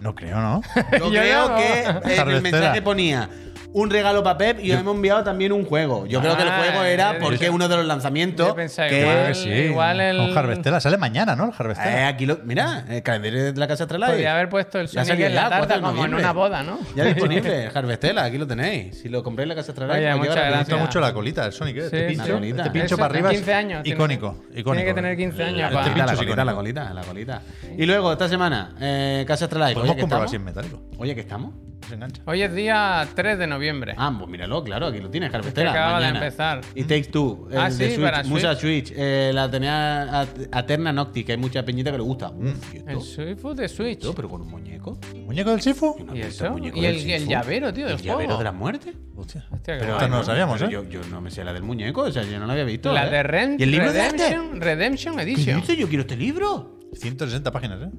C: No creo, ¿no?
A: Yo
B: Yo creo
A: no.
B: que en el
C: Tardecera.
B: mensaje ponía un regalo para Pep y os hemos enviado también un juego. Yo creo que el
A: Ah,
B: juego era
A: yo
B: porque
A: pensé-
B: uno de los lanzamientos
A: yo pensaba
B: que
A: *laughs* igual.
C: Creo que sí.
A: igual el-
C: Con Harvestella. Sale mañana, ¿no? El Harvestella.
B: Eh, aquí lo, mira, el calendario de la Casa
A: Podría
B: Astralife.
A: haber puesto el
B: Ya
A: Sonic
B: salió
A: en la
B: ya, 4
A: tarta
B: de
A: como en
B: noviembre.
A: una boda, ¿no?
B: Ya disponible, Harvestela, aquí lo tenéis. Si lo compráis en la Casa Astralife,
A: Oye,
B: os llega
A: muchas
B: rapidito.
C: Me gusta
A: gracias.
C: mucho la colita del Sonic, ¿eh?
A: Sí,
C: Este
A: sí.
C: pincho,
B: Colita.
C: este pincho
A: Eso,
C: para arriba
A: 15 años
C: es
A: tiene
C: icónico.
A: que-
C: icónico.
A: tiene que tener 15 años
C: Este
A: para-
B: Mira,
C: pincho
B: la
C: es
B: colita, la
C: icónico.
B: colita, la colita. Y luego, esta semana, eh, Casa Astralife.
C: Podemos
B: oye, ¿qué
C: comprobar
B: estamos?
C: si es metálico.
B: Oye, ¿qué estamos?
C: Se engancha.
A: Hoy es día 3 de noviembre.
B: Ah, pues míralo, claro, aquí lo tienes, Carpetera.
A: acaba de
B: mañana.
A: empezar.
B: Y Takes Two. el
A: Ah,
B: de
A: sí,
B: Switch,
A: para Switch.
B: Mucha Switch. Eh, la tenía Aterna Nocti, que hay mucha peñita que le gusta. Uf, ¿y esto?
A: el Suifu de Switch.
B: ¿Esto? ¿Pero con un muñeco?
C: ¿Muñeco del Sifu?
B: Yo no he
A: ¿Y
B: visto
A: eso?
B: muñeco
A: ¿Y
B: del
A: el-
B: Sifu.
A: el llavero, tío, del
B: ¿El llavero
A: juego?
B: de la muerte?
C: Hostia.
A: Hostia, qué
C: Pero
A: guay.
C: esta no lo sabíamos,
B: Pero
C: ¿eh?
B: Yo, yo no me sé la del muñeco, o sea, yo no la había visto.
A: La
B: ¿eh?
A: de Rent
B: ¿Y el libro de arte?
A: Redemption, Redemption
B: ¿Qué
A: Edition.
B: dice? Yo quiero este libro.
C: 160 páginas, ¿eh?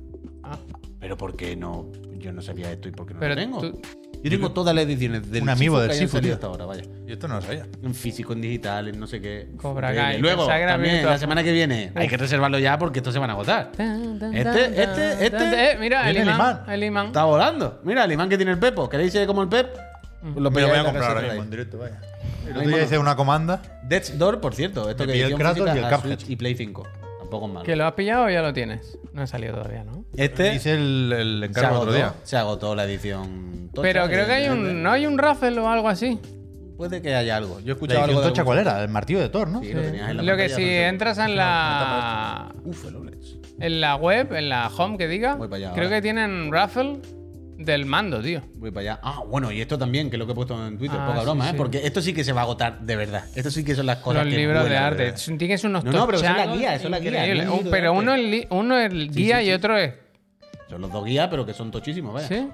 A: Ah,
B: Pero ¿por qué no? Yo no sabía esto y por qué no
A: Pero
B: lo tengo.
A: tú-
B: Yo tengo todas las ediciones del
C: Un amigo
B: Sifu
C: del
B: que hayan
C: Sifu,
B: salido
C: tío.
B: hasta ahora, vaya.
C: Yo esto no lo sabía.
B: En físico, en digital, en no sé qué.
A: Cobra
B: Increíble.
A: Kai,
B: Luego,
A: pensaba que era
B: también,
A: virtual.
B: la semana que viene. Hay que reservarlo ya porque estos se van a agotar.
A: tan, tan,
B: Este-
A: tan,
B: este-
A: tan,
B: este-
A: tan, eh, mira, el
C: Viene el
A: imán.
C: imán.
A: El imán.
B: Está volando. Mira, el imán que tiene el Pepo. ¿Queréis ser como el Pep?
A: Mm.
B: Pues lo
C: Me lo
B: pilláis
C: voy a
B: en la
C: comprar
B: casa
C: ahora
B: de
C: mismo en
B: Ray.
C: directo, vaya. El
B: Ahí
C: otro día
B: mano.
C: hice una comanda.
B: Death's Door, por cierto. Esto
C: Me
B: que
C: pillé el
B: edición
C: Kratos y
B: física
C: el
B: a
C: Cuphead.
B: Switch y Play 5. Tampoco es malo.
A: ¿Que lo has pillado o ya lo tienes? No ha salido todavía, ¿no?
B: Este
C: Hice el, el
B: se
C: encargo el otro
B: agotó,
C: día.
B: se agotó la edición. tocha,
A: Pero creo que hay un.
B: evidentemente.
A: ¿No hay un raffle o algo así?
B: Puede que haya algo. Yo he
C: La
B: escuchado algo
C: edición
B: de
C: tocha,
B: algún-
C: ¿cuál era? El martillo de Thor, ¿no?
B: Sí, lo tenías en la
A: Lo que
B: pantalla,
A: si
B: no sé.
A: entras en la.
B: Uf, el OLED.
A: En la web, en la home que diga,
B: Voy para allá
A: creo
B: ahora.
A: que tienen raffle del mando, tío.
B: Voy para allá. Ah, bueno, y esto también, que es lo que he puesto en Twitter,
A: Ah,
B: poca
A: sí,
B: broma,
A: sí.
B: ¿eh? Porque esto sí que se va a agotar de verdad. Esto sí que son las cosas
A: Los
B: que
A: libros de
B: vuelan,
A: arte.
B: verdad.
A: Tienes unos
B: No, no, pero son la
A: tochacos
B: guía, son la guía,
A: increíbles.
B: no es un libro de
A: Pero
B: arte.
A: uno es, li- uno es el guía y otro es.
B: Son los dos guías, pero que son tochísimos, vaya.
A: ¿Sí?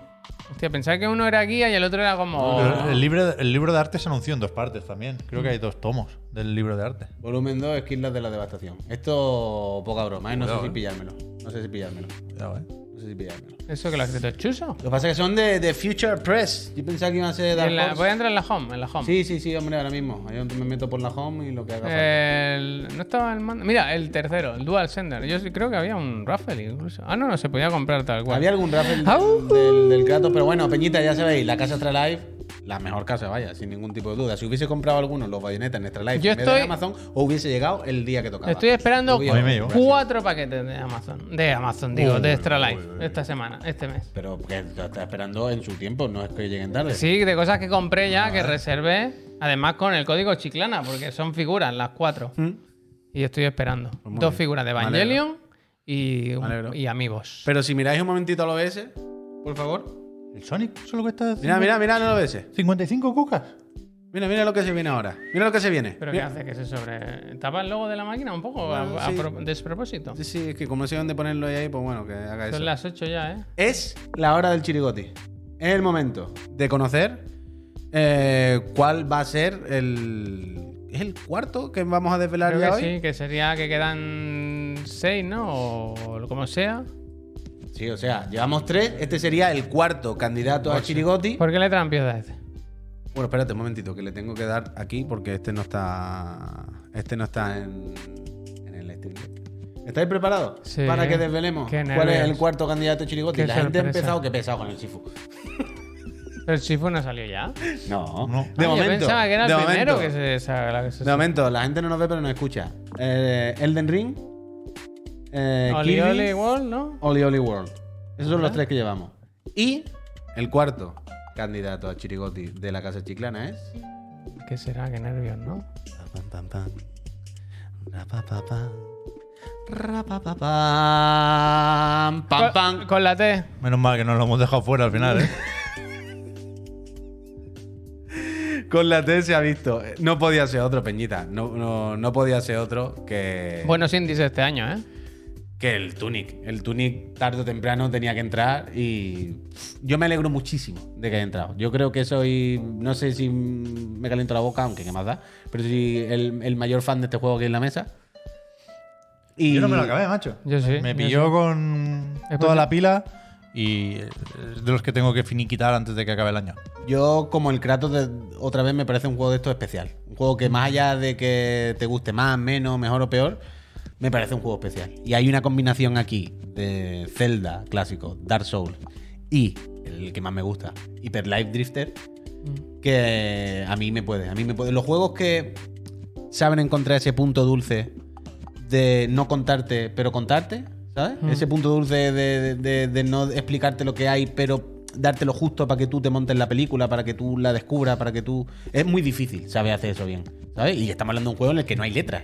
A: Hostia, pensaba que uno era guía y el otro era como.
B: Ah.
C: Pero El, libro, el libro de arte se anunció en dos partes también. Creo
B: Mm.
C: que hay dos tomos del libro de arte.
B: Volumen 2, Esquirlas de la Devastación. Esto, poca broma, ¿eh? No sé si pillármelo. No sé si pillármelo.
C: Cuidado, ¿eh?
B: No sé si pillármelo.
A: Eso que lo ha escrito Chuso.
B: Lo que pasa es que son de, de Future Press. Yo pensaba que iban a ser Dark
A: En la-
B: Horse.
A: voy a entrar en la home, en la home.
B: Sí, sí, sí, hombre, ahora mismo. Ahí me meto por la home y lo que haga
A: Eh,
B: falta.
A: El- no estaba el mando. Mira, el tercero, el Dual Sender. Yo sí creo que había un raffle incluso. Ah, no, no, se podía comprar tal cual.
B: Había algún raffle
A: ¡Au!
B: del, del gato, pero bueno, Peñita, ya sabéis, la casa Astralife, la mejor casa, vaya, sin ningún tipo de duda. Si hubiese comprado alguno los bayonetas en Astralife
A: Yo
B: en vez
A: estoy-
B: de Amazon, os hubiese llegado el día que tocaba.
A: Estoy esperando
B: Obvio.
C: A mí me llegó.
A: cuatro paquetes de Amazon. De Amazon, digo, de Extra Life. Esta semana, este mes.
B: Pero que lo está esperando en su tiempo, no es que lleguen tarde.
A: Sí, de cosas que compré ya, que reservé. Además con el código Chiclana, porque son figuras las cuatro.
B: Mm.
A: Y estoy esperando.
B: Pues
A: Dos figuras de Evangelion y, y amigos.
B: Pero si miráis un momentito al OBS, por favor.
C: ¿El Sonic solo cuesta
B: Mira, mira, mira el OBS.
C: 55 cucas?
B: Mira, mira lo que se viene ahora. Mira lo que se viene.
A: ¿Pero qué hace? ¿Que se sobre... ¿Tapa el logo de la máquina un poco? a, a
B: sí.
A: pro- despropósito.
B: Sí, sí, es que como no sé dónde ponerlo ahí, pues bueno, que haga eso.
A: Son las 8 ya, ¿eh?
B: Es la hora del chirigoti. Es el momento de conocer eh, cuál va a ser el. ¿Es el cuarto que vamos a desvelar
A: Creo
B: ya
A: que
B: hoy?
A: sí, que sería que quedan 6, ¿no? O lo- como sea.
B: Sí, o sea, llevamos tres. Este sería el cuarto candidato a chirigoti.
A: ¿Por qué letra empieza este?
B: Bueno, espérate un momentito, que le tengo que dar aquí porque este no está. Este no está en, en el stream deck. ¿Estáis preparados?
A: Sí.
B: Para que desvelemos
A: Qué
B: cuál es
A: nervios.
B: el cuarto candidato chirigoti.
A: Qué
B: La gente ha
A: sorpresa.
B: empezado que pesado con el Sifu.
A: ¿El Shifu no salió ya?
B: No,
C: No.
B: de
A: Ah,
B: momento.
A: Yo pensaba que era el
B: de
A: primero
B: momento.
A: que se saca que se-
B: De momento, la gente no nos ve pero nos escucha. Eh, Elden Ring, eh,
A: Oli
B: Kirby,
A: Oli Wall, ¿no?
B: Oli Oli World. Esos son los tres que llevamos. Y el cuarto candidato a Chirigoti de la Casa Chiclana es...
A: ¿Qué será? Qué nervios, ¿no?
B: Pam, pam, pam. Ra, pa, pa, pam. Ra, pa, pa, pam. Pam,
A: Con-
B: pam.
A: Con la T.
C: Menos mal que nos lo hemos dejado fuera al final, ¿eh?
G: Con la T se ha visto. No podía ser otro, Peñita. No, no, no podía ser otro que,
A: Buenos índices este año, ¿eh?
G: que el Tunic. El Tunic tarde o temprano tenía que entrar y pff, yo me alegro muchísimo de que haya entrado. Yo creo que soy, no sé si me caliento la boca, aunque qué más da, pero soy el, el mayor fan de este juego aquí en la mesa. Y
C: Yo no me lo acabé, macho.
A: Yo sí,
C: Me
A: yo
C: pilló con
A: Es
C: toda
A: porque-
C: la pila y es de los que tengo que finiquitar antes de que acabe el año.
B: Yo, como el Kratos, de- otra vez me parece un juego de estos especial. Un juego que más allá de que te guste más, menos, mejor o peor, me parece un juego especial. Y hay una combinación aquí de Zelda clásico, Dark Souls y el que más me gusta, Hyper Life Drifter, que a mí me puede. A mí me puede. Los juegos que saben encontrar ese punto dulce de no contarte, pero contarte, ¿sabes? Ese punto dulce de, de- de- de no explicarte lo que hay, pero darte lo justo para que tú te montes la película, para que tú la descubras, para que tú... Es muy difícil, ¿sabes? Hacer eso bien, ¿sabes? Y estamos hablando de un juego en el que no hay letras.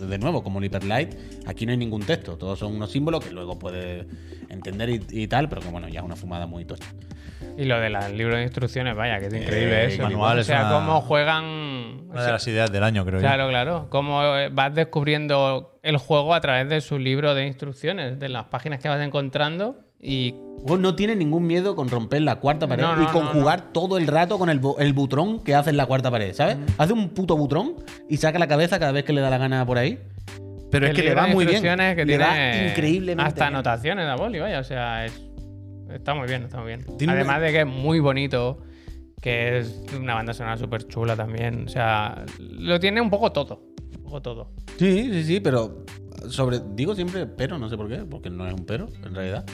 B: De nuevo, como el Hyper Light, aquí no hay ningún texto, todos son unos símbolos que luego puedes entender y, y tal, pero que bueno, ya es una fumada muy tocha.
A: Y lo del libro de instrucciones, vaya, que es increíble
C: Eh,
A: eso.
C: manual
A: o
C: es
A: sea,
C: una-
A: cómo juegan. o
C: Una de
A: sea,
C: las ideas del año, creo
A: Claro, claro. Cómo eh, vas descubriendo el juego a través de su libro de instrucciones, de las páginas que vas encontrando. Y
B: Vos no tiene ningún miedo con romper la cuarta pared
A: No, no,
B: y con
A: no, Mm.
B: jugar todo el rato con el, bu- el butrón que hace en la cuarta pared, ¿sabes? Hace un puto butrón y saca la cabeza cada vez que le da la gana por ahí. Pero es
A: el
B: que le
A: libro
B: va
A: de
B: muy bien.
A: instrucciones Que
B: le
A: tiene
B: va increíblemente
A: Hasta
B: bien.
A: anotaciones a boli, vaya. O sea, es- está muy bien, está muy bien.
B: Tiene
A: Además
B: una-
A: de que es muy bonito, que es una banda sonora súper chula también. O sea, lo tiene un poco todo. Un poco todo.
B: Sí, sí, sí, pero ah, sobre digo siempre pero, no sé por qué, porque no es un pero en realidad.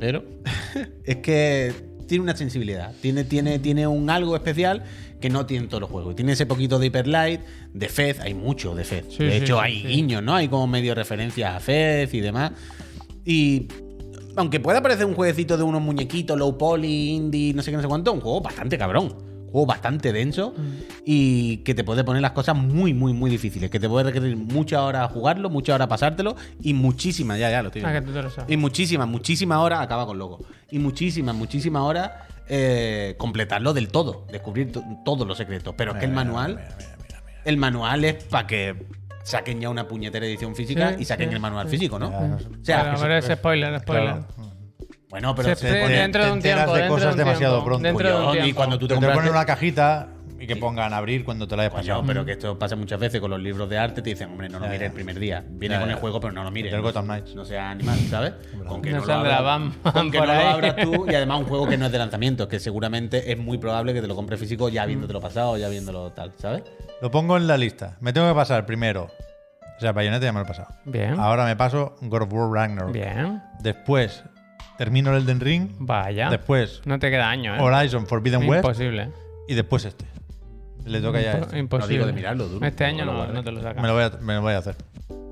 B: Pero *laughs* es que tiene una sensibilidad, tiene tiene tiene un algo especial que no tiene en todos los juegos. Tiene ese poquito de hiperlight, de Fez, hay mucho de Fez.
A: Sí,
B: de
A: sí,
B: hecho
A: sí,
B: hay
A: sí.
B: guiños, ¿no? Hay como medio referencias a Fez y demás. Y aunque pueda parecer un jueguecito de unos muñequitos, low poly, indie, no sé qué, no sé cuánto, un juego bastante cabrón. Un juego bastante denso y que te puede poner las cosas muy, muy, muy difíciles. Que te puede requerir muchas horas jugarlo, muchas horas pasártelo y muchísimas, ya, ya lo estoy
A: Ah, que
B: viendo.
A: tú te lo sabes.
B: Y muchísimas, muchísimas horas, acaba con loco. Y muchísimas, muchísimas horas eh, completarlo del todo, descubrir to- todos los secretos. Pero es que el manual, el manual es para que saquen ya una puñetera edición física
A: Sí,
B: y saquen
A: sí,
B: el manual físico, ¿no?
C: Ya, no sé.
B: O sea,
A: Claro,
B: que se-
A: pero es spoiler, spoiler.
B: bueno, pero
A: Se-
B: se
A: se-
B: pone-
A: dentro de un
C: te enteras
A: tiempo.
C: de
A: dentro
C: cosas
A: un
C: demasiado
A: tiempo,
C: pronto.
A: Dentro de un
B: Coñón, y
A: tiempo.
B: cuando tú te
C: Tú te ponen
B: compraste-
C: una cajita y que pongan abrir cuando te la hayas
B: Coño,
C: pasado.
B: Pues pero que esto pasa muchas veces con los libros de arte, te dicen, hombre, no lo
C: Ya,
B: mires
C: ya.
B: el primer día. Viene
C: Ya,
B: con
C: ya.
B: el juego, pero no lo mires.
C: El Gotham
B: No-
C: Knights.
B: No sea animal, *laughs* ¿sabes? Con que
A: No
B: no, lo
A: saldrá
B: abras,
A: Batman
B: con que
A: por
B: no lo
A: ahí.
B: abras *laughs* tú y además un juego que no es de lanzamiento, que seguramente es muy probable que te lo compres físico ya viéndotelo pasado, ya viéndolo tal, ¿sabes?
C: Lo pongo en la lista. Me tengo que pasar primero. O sea, Bayonetta ya me lo he pasado.
A: Bien.
C: Ahora me paso God of War Ragnarok.
A: Bien.
C: Después termino el Elden Ring.
A: Vaya.
C: Después
A: No te queda año, ¿eh?
C: Horizon Forbidden West.
A: Imposible.
C: Y después este. Le toca ya
A: Impo-
C: este.
A: Imposible.
B: No digo de mirarlo, duro.
A: Este año
B: No lo
A: no,
B: guardes.
A: no te lo sacas.
C: Me lo voy a, me lo voy a hacer.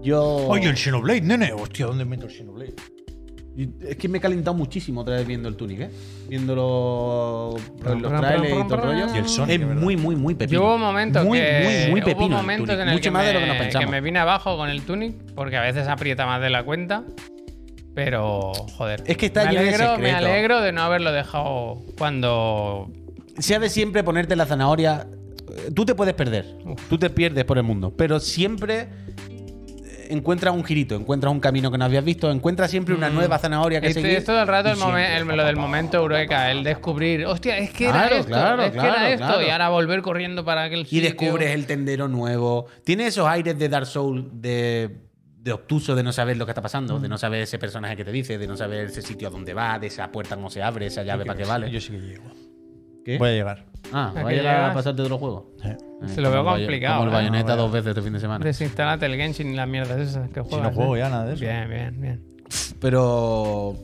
B: Yo. *laughs*
C: Oye, el Xenoblade, nene. Hostia, ¿dónde meto el Xenoblade?
B: Y Es que me he calentado muchísimo otra vez viendo el Tunic, ¿eh? Viendo los, los,
A: prum,
B: trailers
A: prum,
B: y todo
A: prum,
B: el rollo.
A: prum. Y el
B: es
C: Sonic, ¿verdad?
B: muy, muy, muy pepino.
A: Yo hubo momentos
B: muy,
A: que,
B: muy, muy
A: hubo
B: pepino el
A: momentos
B: Tunic.
A: en el
B: Mucho
A: que,
B: más
A: me,
B: de lo que nos
A: que
B: pensamos.
A: me vine abajo con el tunic porque a veces aprieta más de la cuenta. Pero, joder.
B: Es que está
A: me
B: lleno de
A: alegro, Me
B: secretos.
A: alegro de no haberlo dejado cuando.
B: se ha de siempre ponerte la zanahoria. Eh, Tú te puedes perder, tú te pierdes por el mundo, pero siempre eh, encuentras un girito, encuentras un camino que no habías visto, encuentras siempre una nueva zanahoria que
A: Este-
B: seguir.
A: es todo el rato
B: y
A: el momen-
B: siempre,
A: el-
B: pa,
A: lo
B: pa,
A: del
B: pa.
A: momento eureka, el descubrir. Hostia, es que
B: Claro,
A: era esto.
B: claro,
A: es que
B: claro,
A: era esto.
B: claro.
A: Y ahora volver corriendo para aquel
B: Y
A: sitio.
B: descubres el tendero nuevo. Tiene esos aires de Dark Souls de, de obtuso, de no saber lo que está pasando,
A: Mm.
B: de no saber ese personaje que te dice, de no saber ese sitio a dónde va, de esa puerta cómo se abre, esa llave para qué vale.
C: Yo sí que llego.
B: ¿Qué?
C: Voy a llegar.
B: Ah,
A: ¿A
B: va a
A: qué
B: llegar a
A: llegas?
B: pasarte otro juego.
C: Eh.
A: Se lo veo
H: Como el Bayo-
A: complicado,
H: Como el
A: ¿eh?
H: bayoneta dos veces este fin de semana.
A: Desinstalate el Genshin y las mierdas esas que juegas.
C: no juego
A: ¿eh?
C: ya nada de eso.
A: Bien, bien, bien.
B: Pero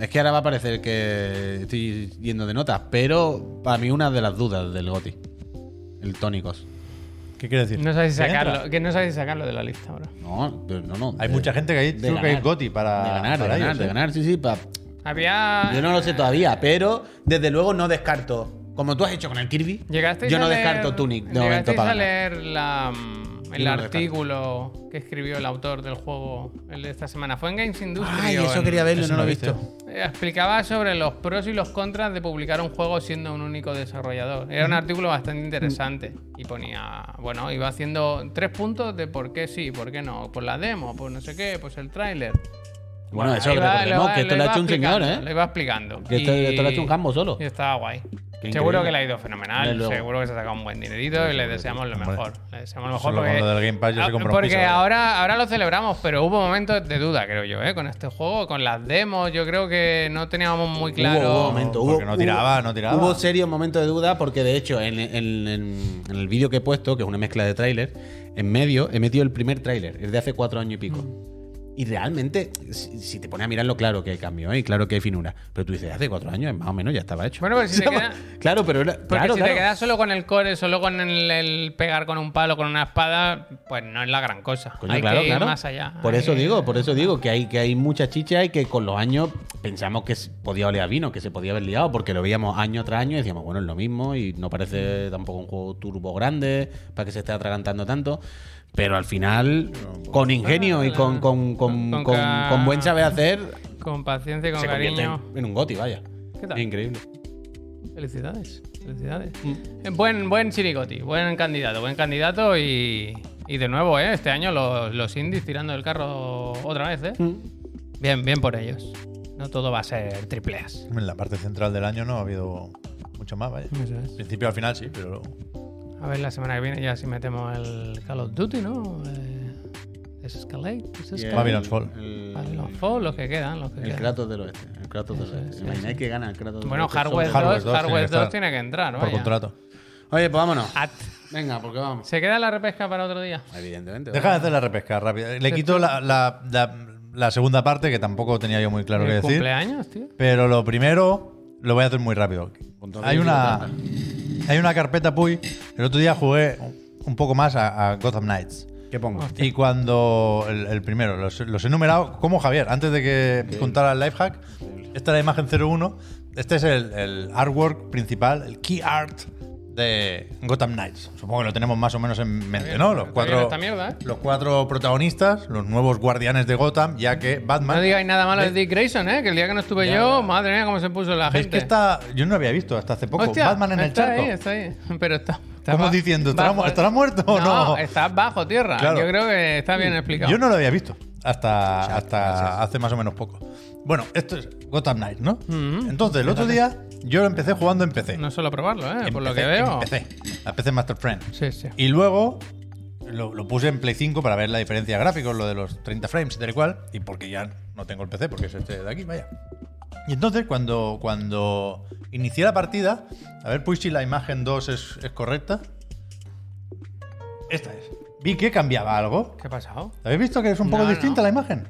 B: es que ahora va a parecer que estoy yendo de notas, pero para mí una de las dudas del Goti, el tónicos.
C: ¿Qué quiere decir?
A: No sabéis
C: ¿Que entra?
A: sacarlo, que no sabéis sacarlo de la lista ahora.
B: No, pero no, no.
C: Hay
B: de-
C: mucha gente que ahí creo que
B: ganar.
C: es Goti para.
B: de ganar, de
C: para
B: ganar,
C: ellos,
B: de
C: ¿eh?
B: ganar, sí, sí. pa-
A: Había.
B: yo no lo sé todavía, pero desde luego no descarto. Como tú has hecho con el Kirby,
A: Llegasteis
B: yo no
A: a leer-
B: descarto Tunic de momento
A: Llegasteis
B: para
A: a
B: ganar.
A: leer la, mm, el
B: Yo no lo
A: artículo que escribió el autor del juego el de esta semana. Fue en Games Industry.
B: Ay,
A: o
B: eso
A: en-
B: quería verlo,
C: Eso
B: no lo he
C: lo
B: visto.
C: viste.
A: Eh, Explicaba sobre los pros y los contras de publicar un juego siendo un único desarrollador. Era un artículo bastante interesante y ponía, bueno, iba haciendo tres puntos de por qué sí, por qué no, por la demo, por no sé qué, pues el tráiler.
B: Bueno, eso
A: Ahí
B: lo
A: va-
B: recordemos,
A: va-
B: que esto lo ha
A: iba
B: hecho un señor,
A: explicando, Lo
B: ¿eh?
A: iba explicando.
B: Que esto, esto lo ha hecho un campo solo.
A: Y estaba guay.
B: Qué
A: Seguro
B: increíble.
A: que le ha ido
B: Desde
A: fenomenal,
B: luego.
A: seguro que se ha sacado un buen dinerito y le deseamos lo
C: Hombre.
A: mejor. Le deseamos lo mejor
C: Solo con
A: porque,
C: lo del Game Pass ya se
A: Ah,
C: compra un
A: porque
C: piso, ¿eh?
A: ahora, ahora lo celebramos, pero hubo momentos de duda, creo yo, ¿eh? con este juego, con las demos. Yo creo que no teníamos muy claro.
B: Hubo, hubo momento,
C: Porque
B: hubo-
C: no tiraba,
B: hubo-
C: no tiraba.
B: Hubo serios momentos de duda porque, de hecho, en, en- en- en el vídeo que he puesto, que es una mezcla de tráiler, en medio he metido el primer tráiler, el de hace cuatro años y pico.
A: Mm.
B: Y realmente, si, si te pones a mirarlo, claro que hay cambio, ¿eh? y claro que hay finura. Pero tú dices, hace cuatro años, más o menos, ya estaba hecho.
A: Bueno, pero si te queda-
B: *laughs* Claro, pero era-
A: Porque
B: claro,
A: si
B: claro.
A: te quedas solo con el core, solo con el, el pegar con un palo, con una espada, pues no es la gran cosa.
B: Coño,
A: Hay
B: claro,
A: que ir
B: claro.
A: más allá.
B: Por
A: Hay
B: eso
A: que-
B: digo, por eso digo que hay, que hay mucha chicha y que con los años pensamos que se podía oler a vino, que se podía haber liado, porque lo veíamos año tras año y decíamos, bueno, es lo mismo y no parece tampoco un juego turbo grande para que se esté atragantando tanto. Pero al final, con ingenio y con, con, con-
A: Con- con
B: con-
A: ca-
B: con buen saber hacer,
A: Con paciencia y con
B: se convierte en,
A: cariño.
B: en un goti, vaya.
A: ¿Qué tal?
B: Es increíble.
A: Felicidades, felicidades.
C: Mm.
A: Eh, Buen, buen Chirigoti, buen candidato, buen candidato y, y de nuevo, ¿eh? este año los, los indies tirando el carro otra vez. ¿eh?
C: Mm.
A: Bien, bien por ellos. No todo va a ser triple A.
C: En la parte central del año no ha habido mucho más, vaya.
B: Mm.
A: Eso es.
C: Al principio al final sí, pero.
A: A ver, la semana que viene ya si metemos el Call of Duty, ¿no? Eh, Escalate, Escalate.
C: Babylon's Fall.
A: Babylon Fall, Ah, los que quedan, los que
B: El
A: quedan.
B: Kratos del Oeste. El Kratos del
A: Eso es,
B: Oeste.
A: sí,
B: Imagináis que gana el Kratos del
A: Bueno,
B: Oeste.
A: Hardware 2,
C: Hardware
A: Hardware 2,
C: 2 tiene que estar
A: tiene que entrar,
C: Por
A: vaya.
C: contrato.
B: Oye, pues vámonos.
A: At-
B: Venga, porque vamos.
A: ¿Se queda la repesca para otro día?
B: Evidentemente.
C: Deja de hacer la repesca rápida. Le quito la, la- la- la segunda parte, que tampoco tenía yo muy claro qué
A: ¿El
C: decir.
A: cumpleaños, tío?
C: Pero lo primero lo voy a hacer muy rápido.
B: todo
C: Hay
B: el
C: una, hay una carpeta Puy. El otro día jugué un poco más a, a Gotham Knights.
B: ¿Qué pongo?
A: Ah,
C: Y cuando el, el primero, los, los he numerado, como Javier, antes de que contara el lifehack, esta es la imagen 01. Este es el, el artwork principal, el key art de Gotham Knights. Supongo que lo tenemos más o menos en mente,
A: bien,
C: ¿no? Los
A: está
C: cuatro,
A: bien esta mierda, ¿eh?
C: los cuatro protagonistas, los nuevos guardianes de Gotham, ya que Batman.
A: No digáis nada malo de Dick Grayson, ¿eh? Que el día que no estuve yo, madre mía, cómo se puso la
C: Es
A: gente.
C: que está. Yo no lo había visto hasta hace poco.
A: Hostia,
C: Batman en el
A: está
C: charco.
A: Ahí, está ahí, *laughs* pero está. está
C: Estamos
A: ba-
C: diciendo, ¿estará,
A: bajo-
C: mu- estará muerto o no?
A: está bajo tierra.
C: Claro. Mm,
A: Yo creo que está bien explicado.
C: Yo no lo había visto hasta, hasta hace más o menos poco. Bueno, esto es Gotham Knight, ¿no? Entonces, el otro día yo lo empecé jugando en PC.
A: No suelo probarlo, ¿eh?
C: En
A: Por lo
C: PC,
A: que veo.
C: En PC, la PC Master Friend.
A: Sí, sí.
C: Y luego lo, lo puse en Play 5 para ver la diferencia gráfica, lo de los 30 frames y tal y cual, y porque ya no tengo el PC, porque es este de aquí, vaya. Y entonces, cuando, cuando inicié la partida, a ver, pues si la imagen 2 es, es correcta. Esta es. Vi que cambiaba algo.
A: ¿Qué ha pasado?
C: ¿Habéis visto que es un poco
A: No, no.
C: distinta la imagen?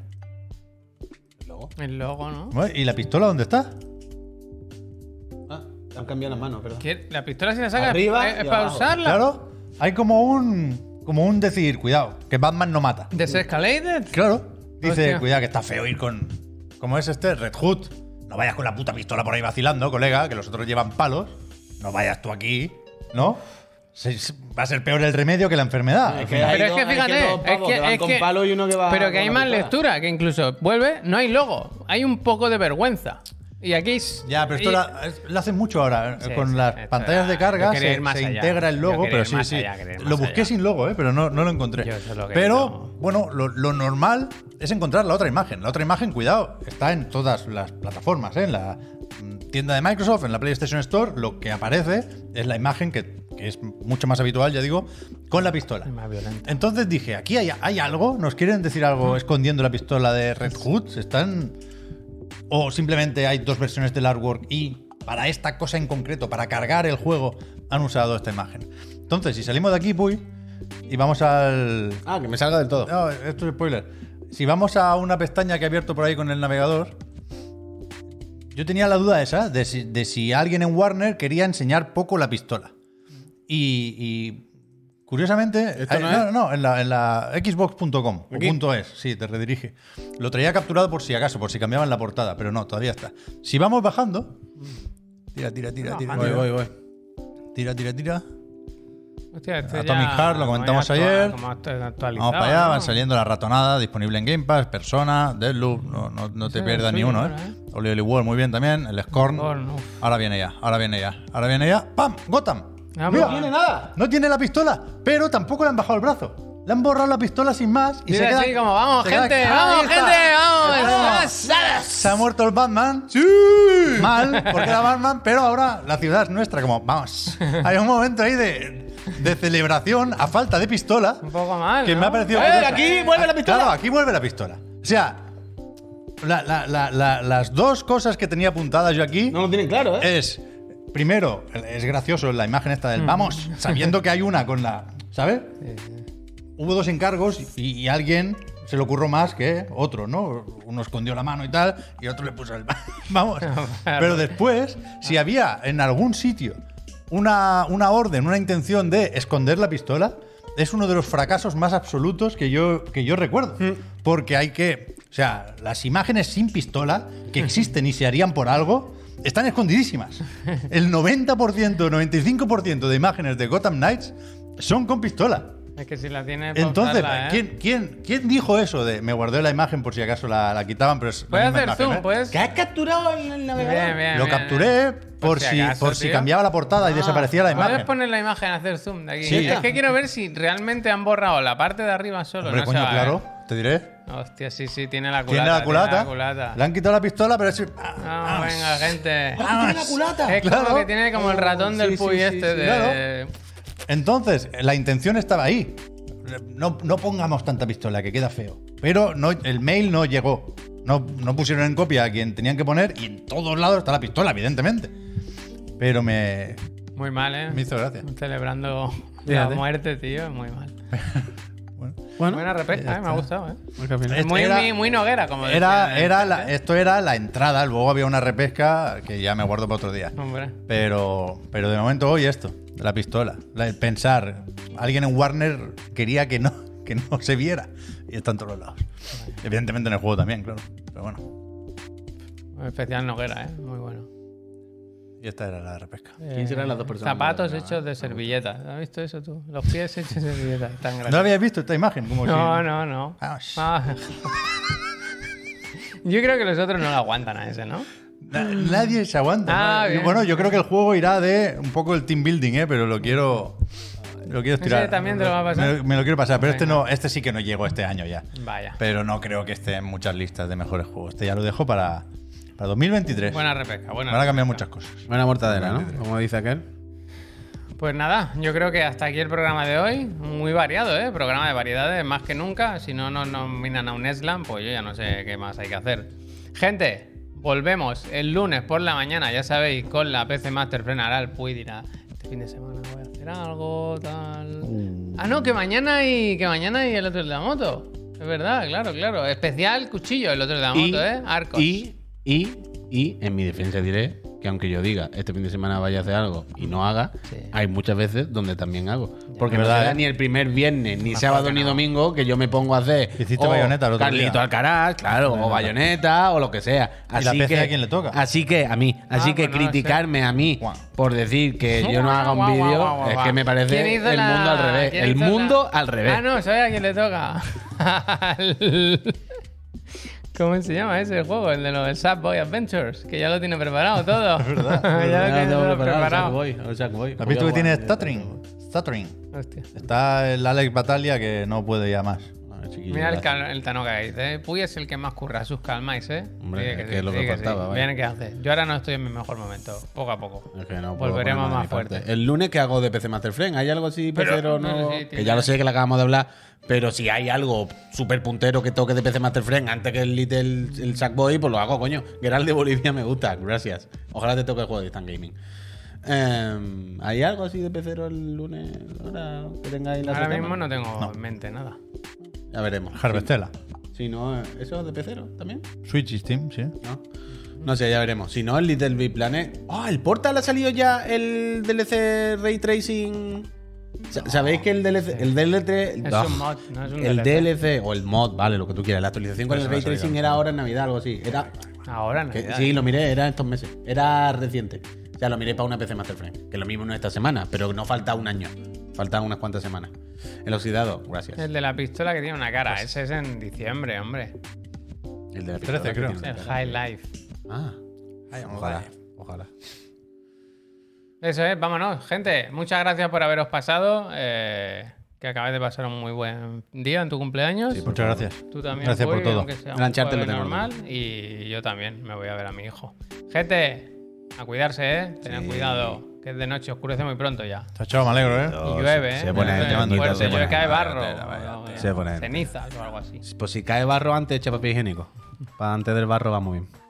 A: El logo, ¿no?
C: Bueno, ¿Y la pistola dónde está?
B: Ah, te han cambiado las manos, ¿verdad?
A: ¿Qué? La pistola si la sacas
B: Arriba
A: es, es
B: y
A: para
B: abajo.
A: usarla.
C: Claro, hay como un, como un decir, cuidado, que Batman no mata.
A: Desescalated.
C: Claro. Dice,
A: Hostia.
C: cuidado que está feo ir con. ¿Cómo es este? Red Hood. No vayas con la puta pistola por ahí vacilando, colega, que los otros llevan palos. No vayas tú aquí, ¿no? Se- se- va a ser peor el remedio que la enfermedad. al final.
A: Pero es
B: dos-
A: que
B: Ah, hay
A: fíjate,
B: dos pavos
A: es que,
B: que van
A: es
B: con
A: que-
B: palo y uno que va
A: pero
B: con
A: que hay
B: la
A: más
B: pistola.
A: lectura, que incluso vuelve, no hay logo, hay un poco de vergüenza. Y aquí es-
C: Ya, pero esto
A: y-
C: la- es- lo hacen mucho ahora. eh,
A: Sí,
C: con
A: sí,
C: las
A: esto
C: pantallas
A: era-
C: de carga
A: yo quería
C: se,
A: ir más
C: se
A: allá.
C: integra el
A: Yo
C: logo,
A: quería
C: pero
A: ir
C: sí,
A: más
C: sí.
A: allá, quería ir
C: lo
A: más
C: busqué
A: allá.
C: sin logo, eh, pero no, no lo encontré.
A: Yo eso es lo que
C: pero,
A: digo.
C: bueno, lo, lo normal es encontrar la otra imagen. La otra imagen, cuidado, está en todas las plataformas. eh, En la mm, tienda de Microsoft, en la PlayStation Store, lo que aparece es la imagen que, que es mucho más habitual, ya digo, con la pistola.
A: Es más violenta.
C: Entonces dije, aquí hay, hay algo, nos quieren decir algo escondiendo la pistola de Red Hood, se están... O simplemente hay dos versiones del artwork y para esta cosa en concreto, para cargar el juego, han usado esta imagen. Entonces, si salimos de aquí, Puy, y vamos al.
E: Ah, que me salga del todo.
C: No, esto es spoiler. Si vamos a una pestaña que he abierto por ahí con el navegador, yo tenía la duda esa de si, de si alguien en Warner quería enseñar poco la pistola. Y, y, curiosamente,
E: ¿Esto
C: ay,
E: no
C: no,
E: es?
C: no, en la, en la xbox.com o punto .es, sí, te redirige. Lo traía capturado por si acaso, por si cambiaban la portada, pero no, todavía está. Si vamos bajando, tira, tira, tira, tira,
E: Voy,
C: tira,
E: voy, voy.
C: tira, tira, tira.
A: Hostia, este ya-
C: Atomic Heart, lo
A: como
C: comentamos
A: ya actua-
C: ayer.
A: como actu- actualizado,
C: Vamos para allá,
A: ¿no?
C: van saliendo la ratonada, disponible en Game Pass, Persona, Deadloop, no, no, no te
A: Sí,
C: pierdas
A: sí,
C: ni uno, ¿eh?
A: bueno, ¿eh?
C: Oli Oli World, muy bien también, el Scorn.
A: Scorn, uf.
C: Ahora viene ya, ahora viene ya, ahora viene ya. ¡Pam! ¡Gotham!
A: Vamos.
C: Mira,
A: No tiene
C: nada. No tiene la pistola, pero tampoco le han bajado el brazo. Le han borrado la pistola sin más y
A: Mira,
C: se queda.
A: sí, como, vamos,
C: se queda-
A: gente,
C: ¡Ahí
A: vamos,
C: está!
A: gente, vamos.
C: ¡Vamos! Se ha muerto el Batman. Sí. Mal, porque era Batman, pero ahora la ciudad es nuestra,
A: *laughs*
C: como vamos. Hay un momento ahí de, de celebración a falta de pistola.
A: Un poco mal,
C: Que
A: ¿no?
C: me ha parecido.
A: ¡Eh,
C: curiosa.
A: aquí vuelve la pistola!
C: Claro, aquí vuelve la pistola. O sea, la- la- la- la- las dos cosas que tenía apuntadas yo aquí
E: No lo tienen claro, ¿eh?
C: es. Primero, es gracioso la imagen esta
A: Mm.
C: del vamos, sabiendo que hay una con la. ¿Sabes? Hubo dos encargos y, y alguien se le ocurrió más que otro, ¿no? Uno escondió la mano y tal, y otro le puso el. *laughs* vamos. Pero después, si había en algún sitio una, una orden, una intención de esconder la pistola, es uno de los fracasos más absolutos que yo, que yo recuerdo. Porque hay que. O sea, las imágenes sin pistola que existen y se harían por algo están escondidísimas. El 90%, 95% de imágenes de Gotham Knights son con pistola.
A: Es que si la tiene. pues,
C: Entonces,
A: usarla, ¿eh?
C: ¿quién, quién, quién dijo eso de me guardé la imagen por si acaso la, la quitaban? Pero es la
A: Puedes
C: misma
A: hacer
C: imagen,
A: zoom,
C: ¿eh?
A: puedes.
E: ¿Que has capturado el el navegador?
A: Bien, bien,
C: Lo
A: bien,
C: capturé
A: bien.
C: por, si,
A: acaso,
C: por si
A: tío.
C: cambiaba la portada y desaparecía la
A: Ah, Puedes
C: imagen.
A: poner la imagen, hacer zoom de aquí.
C: Sí.
A: Es que quiero ver si realmente han borrado la parte de arriba solo.
C: Hombre,
A: no se
C: coño,
A: va,
C: claro,
A: ¿eh?
C: te diré.
A: Hostia, sí, sí, tiene la culata.
C: Tiene la culata.
A: culata.
C: Le han quitado la pistola, pero es.
A: Vamos, venga, gente.
E: Ah, ¡Tiene la culata! Oh,
A: Es
C: claro. Oh,
A: como que tiene como el ratón del
E: sí,
A: Puy
E: sí,
A: este
E: sí,
A: de.
C: Entonces, la intención estaba ahí. No, no pongamos tanta pistola, que queda feo. Pero no, el mail no llegó. No, no pusieron en copia a quien tenían que poner y en todos lados está la pistola, evidentemente. Pero me,
A: Muy mal, ¿eh?
C: me hizo gracia.
A: Celebrando
E: Fíjate.
A: la muerte, tío. Es muy
C: *laughs*
A: mal.
E: Bueno,
A: Buena repesca, eh, me ha gustado, ¿eh?
C: Este
A: Muy,
C: era-
A: muy, muy noguera, como
C: Era,
A: decían en
C: era
A: el
C: la-
A: chat, ¿eh?
C: esto era la entrada, luego había una repesca que ya me guardo para otro día.
A: Hombre.
C: Pero, pero de momento hoy esto, de la pistola. La- el pensar, alguien en Warner quería que no, que no se viera. Y está en todos lados. Evidentemente en el juego también, claro. Pero bueno,
A: Especial noguera, ¿eh? Muy bueno.
C: y esta era la repesca.
A: ¿Quién serán las dos personas? Zapatos hechos de servilletas. ¿Has visto eso tú? Los pies hechos de servilletas. Tan
C: ¿No pues
A: gracioso.
C: habías visto esta imagen? Como
A: *laughs* No,
C: si-
A: no, no.
C: Ah, sh-
A: Ah. *laughs* Yo creo que los otros no lo aguantan a ese, ¿no?
C: na- nadie se aguanta.
A: Ah,
C: ¿no? Y
A: bien.
C: bueno, yo creo que el juego irá de un poco el team building, ¿eh? pero lo quiero. Lo quiero estirar.
A: también te lo va a pasar.
C: Me, me lo quiero pasar, pero este
A: Venga.
C: no, este sí que no llegó este año ya.
A: Vaya.
C: Pero no creo que esté en muchas listas de mejores juegos. Este ya lo dejo para, para 2023.
A: Buena repesca, buena.
C: Van a cambiar
A: repesca.
C: muchas cosas.
E: Buena mortadela, ¿no? Como dice aquel.
A: Pues nada, yo creo que hasta aquí el programa de hoy. Muy variado, ¿eh? Programa de variedades, más que nunca. Si no nos nominan a un Eslam, pues yo ya no sé qué más hay que hacer. Gente, volvemos el lunes por la mañana, ya sabéis, con la PC Master frenará el Puy dirá, este fin de semana voy a hacer algo, tal. Ah, no, que mañana y que mañana y el otro de la moto. Es verdad, claro, claro. Especial cuchillo el otro de la moto,
E: Y-
A: ¿eh? Arcos.
E: Y, y, y, en mi defensa diré que aunque yo diga, este fin de semana vaya a hacer algo y no haga,
A: Sí.
E: hay muchas veces donde también hago. Porque no
C: ¿Verdad,
E: será
C: eh?
E: ni el primer viernes, ni sábado, ni domingo que yo me pongo a hacer.
C: Hiciste
E: o
C: Bayonetta el otro día.
E: Carlito Alcaraz, claro, o bayoneta, o lo que sea.
C: ¿Y
E: Así
C: la PC
E: que,
C: a quién le toca?
E: Así que, a mí. Así
A: Ah,
E: que
A: pues no lo sé.
E: criticarme a mí
C: Guau.
E: por
A: *laughs*
E: decir que yo no
A: Ah, Guau,
E: haga un
A: guau, guau,
E: vídeo
A: guau,
E: es
A: guau.
E: que me parece
A: ¿Quién
E: el
A: hizo
E: mundo
A: la-
E: al revés.
A: quién
E: El
A: hizo la-
E: mundo al revés.
A: Ah, no, ¿sabes a quién le toca? *laughs* Al- ¿Cómo se llama ese juego? El de los Subboy Adventures, que ya lo tiene preparado todo. *laughs* Es verdad. ya lo
E: Ya
A: tiene
E: lo
A: todo
E: tengo
A: preparado.
E: preparado, o sea que voy, o sea que voy.
C: ¿Has visto
E: Voy
C: que
E: a
C: tiene
E: jugar.
C: Stuttering? Stuttering.
A: Hostia.
C: Está el Alex Batalia que no puede ya más.
E: Ah, chiquillo,
A: Mira el,
E: gracias.
A: cal- el Tanoka que dice, ¿eh? Puy es el que más curra sus calmáis, ¿eh?
E: Hombre,
A: Dice
E: es que es lo que
A: dice
E: faltaba, vaya.
A: Bien, ¿qué hace? Yo ahora no estoy en mi mejor momento, poco a poco.
E: Es que no puedo
A: Volveremos
E: poner nada de
A: más
E: mi parte.
A: fuerte.
E: El lunes que hago de PC Master Friend, ¿hay algo así
A: Pero-
E: pecero
A: bueno,
E: no?
A: sí, tiene-
E: que ya lo sé que le acabamos de hablar, pero si hay algo súper puntero que toque de PC Master Friend antes que el Little el Sackboy, pues lo hago, coño. Geralt de Bolivia me gusta, gracias. Ojalá te toque el juego de Instant Gaming.
B: Em, ¿Hay algo así de pecero el lunes? Ahora que tengáis la
A: Ahora
B: semana?
A: mismo no tengo en mente nada.
B: Ya veremos.
C: Harvestella.
B: Si no, ¿eso es de pecero también?
C: Switch y Steam, sí.
B: No. No sé, ya veremos. Si no, el Little Big Planet. ¡Oh, el Portal ha salido ya! El DLC Ray Tracing. Sa- ¿Sabéis que el DLC. El DLC.
A: Es
B: Ah,
A: un mod, no es un
B: el
A: DLC.
B: DLC o el mod, vale, lo que tú quieras. La actualización con
C: Eso
B: el
C: no
B: Ray
C: ha salido.
B: Tracing era ahora en Navidad, algo así. Era,
A: Ahora no.
B: que- sí, lo miré, era estos meses. Era reciente. O sea, lo miré para una PC Master Frame. Que lo mismo no es esta semana, pero no falta un año. Faltan unas cuantas semanas. El oxidado, gracias.
A: El de la pistola que tiene una cara.
B: Pues-
A: Ese es en diciembre, hombre.
B: El de la
C: 13
B: pistola que
C: creo.
B: tiene la
A: El
B: cara.
A: High Life.
B: Ah, ojalá. Ojalá.
A: Eso es, vámonos, gente. Muchas gracias por haberos pasado. eh, que acabáis de pasar un muy buen día en tu cumpleaños.
C: Muchas gracias.
A: Tú también.
C: Gracias por
A: Puy,
C: todo.
A: aunque sea un
B: El Uncharted lo
A: jueves
B: tengo
A: normal. Y yo también me voy a ver a mi hijo. Gente, a cuidarse, ¿eh? Tened cuidado, que es de noche, oscurece muy pronto ya.
C: Chao, chao, me alegro, ¿eh?
A: Y llueve, ¿eh?
B: Oh, se pone-
A: Llueve
B: se pone-
A: fuerte,
B: se pone-
A: llueve, cae
B: vaya
A: barro.
B: tela, vaya
A: o-
B: tela. Se pone-
A: Cenizas o algo así.
B: Pues si cae barro antes, echa papel higiénico. Para antes del barro va muy bien.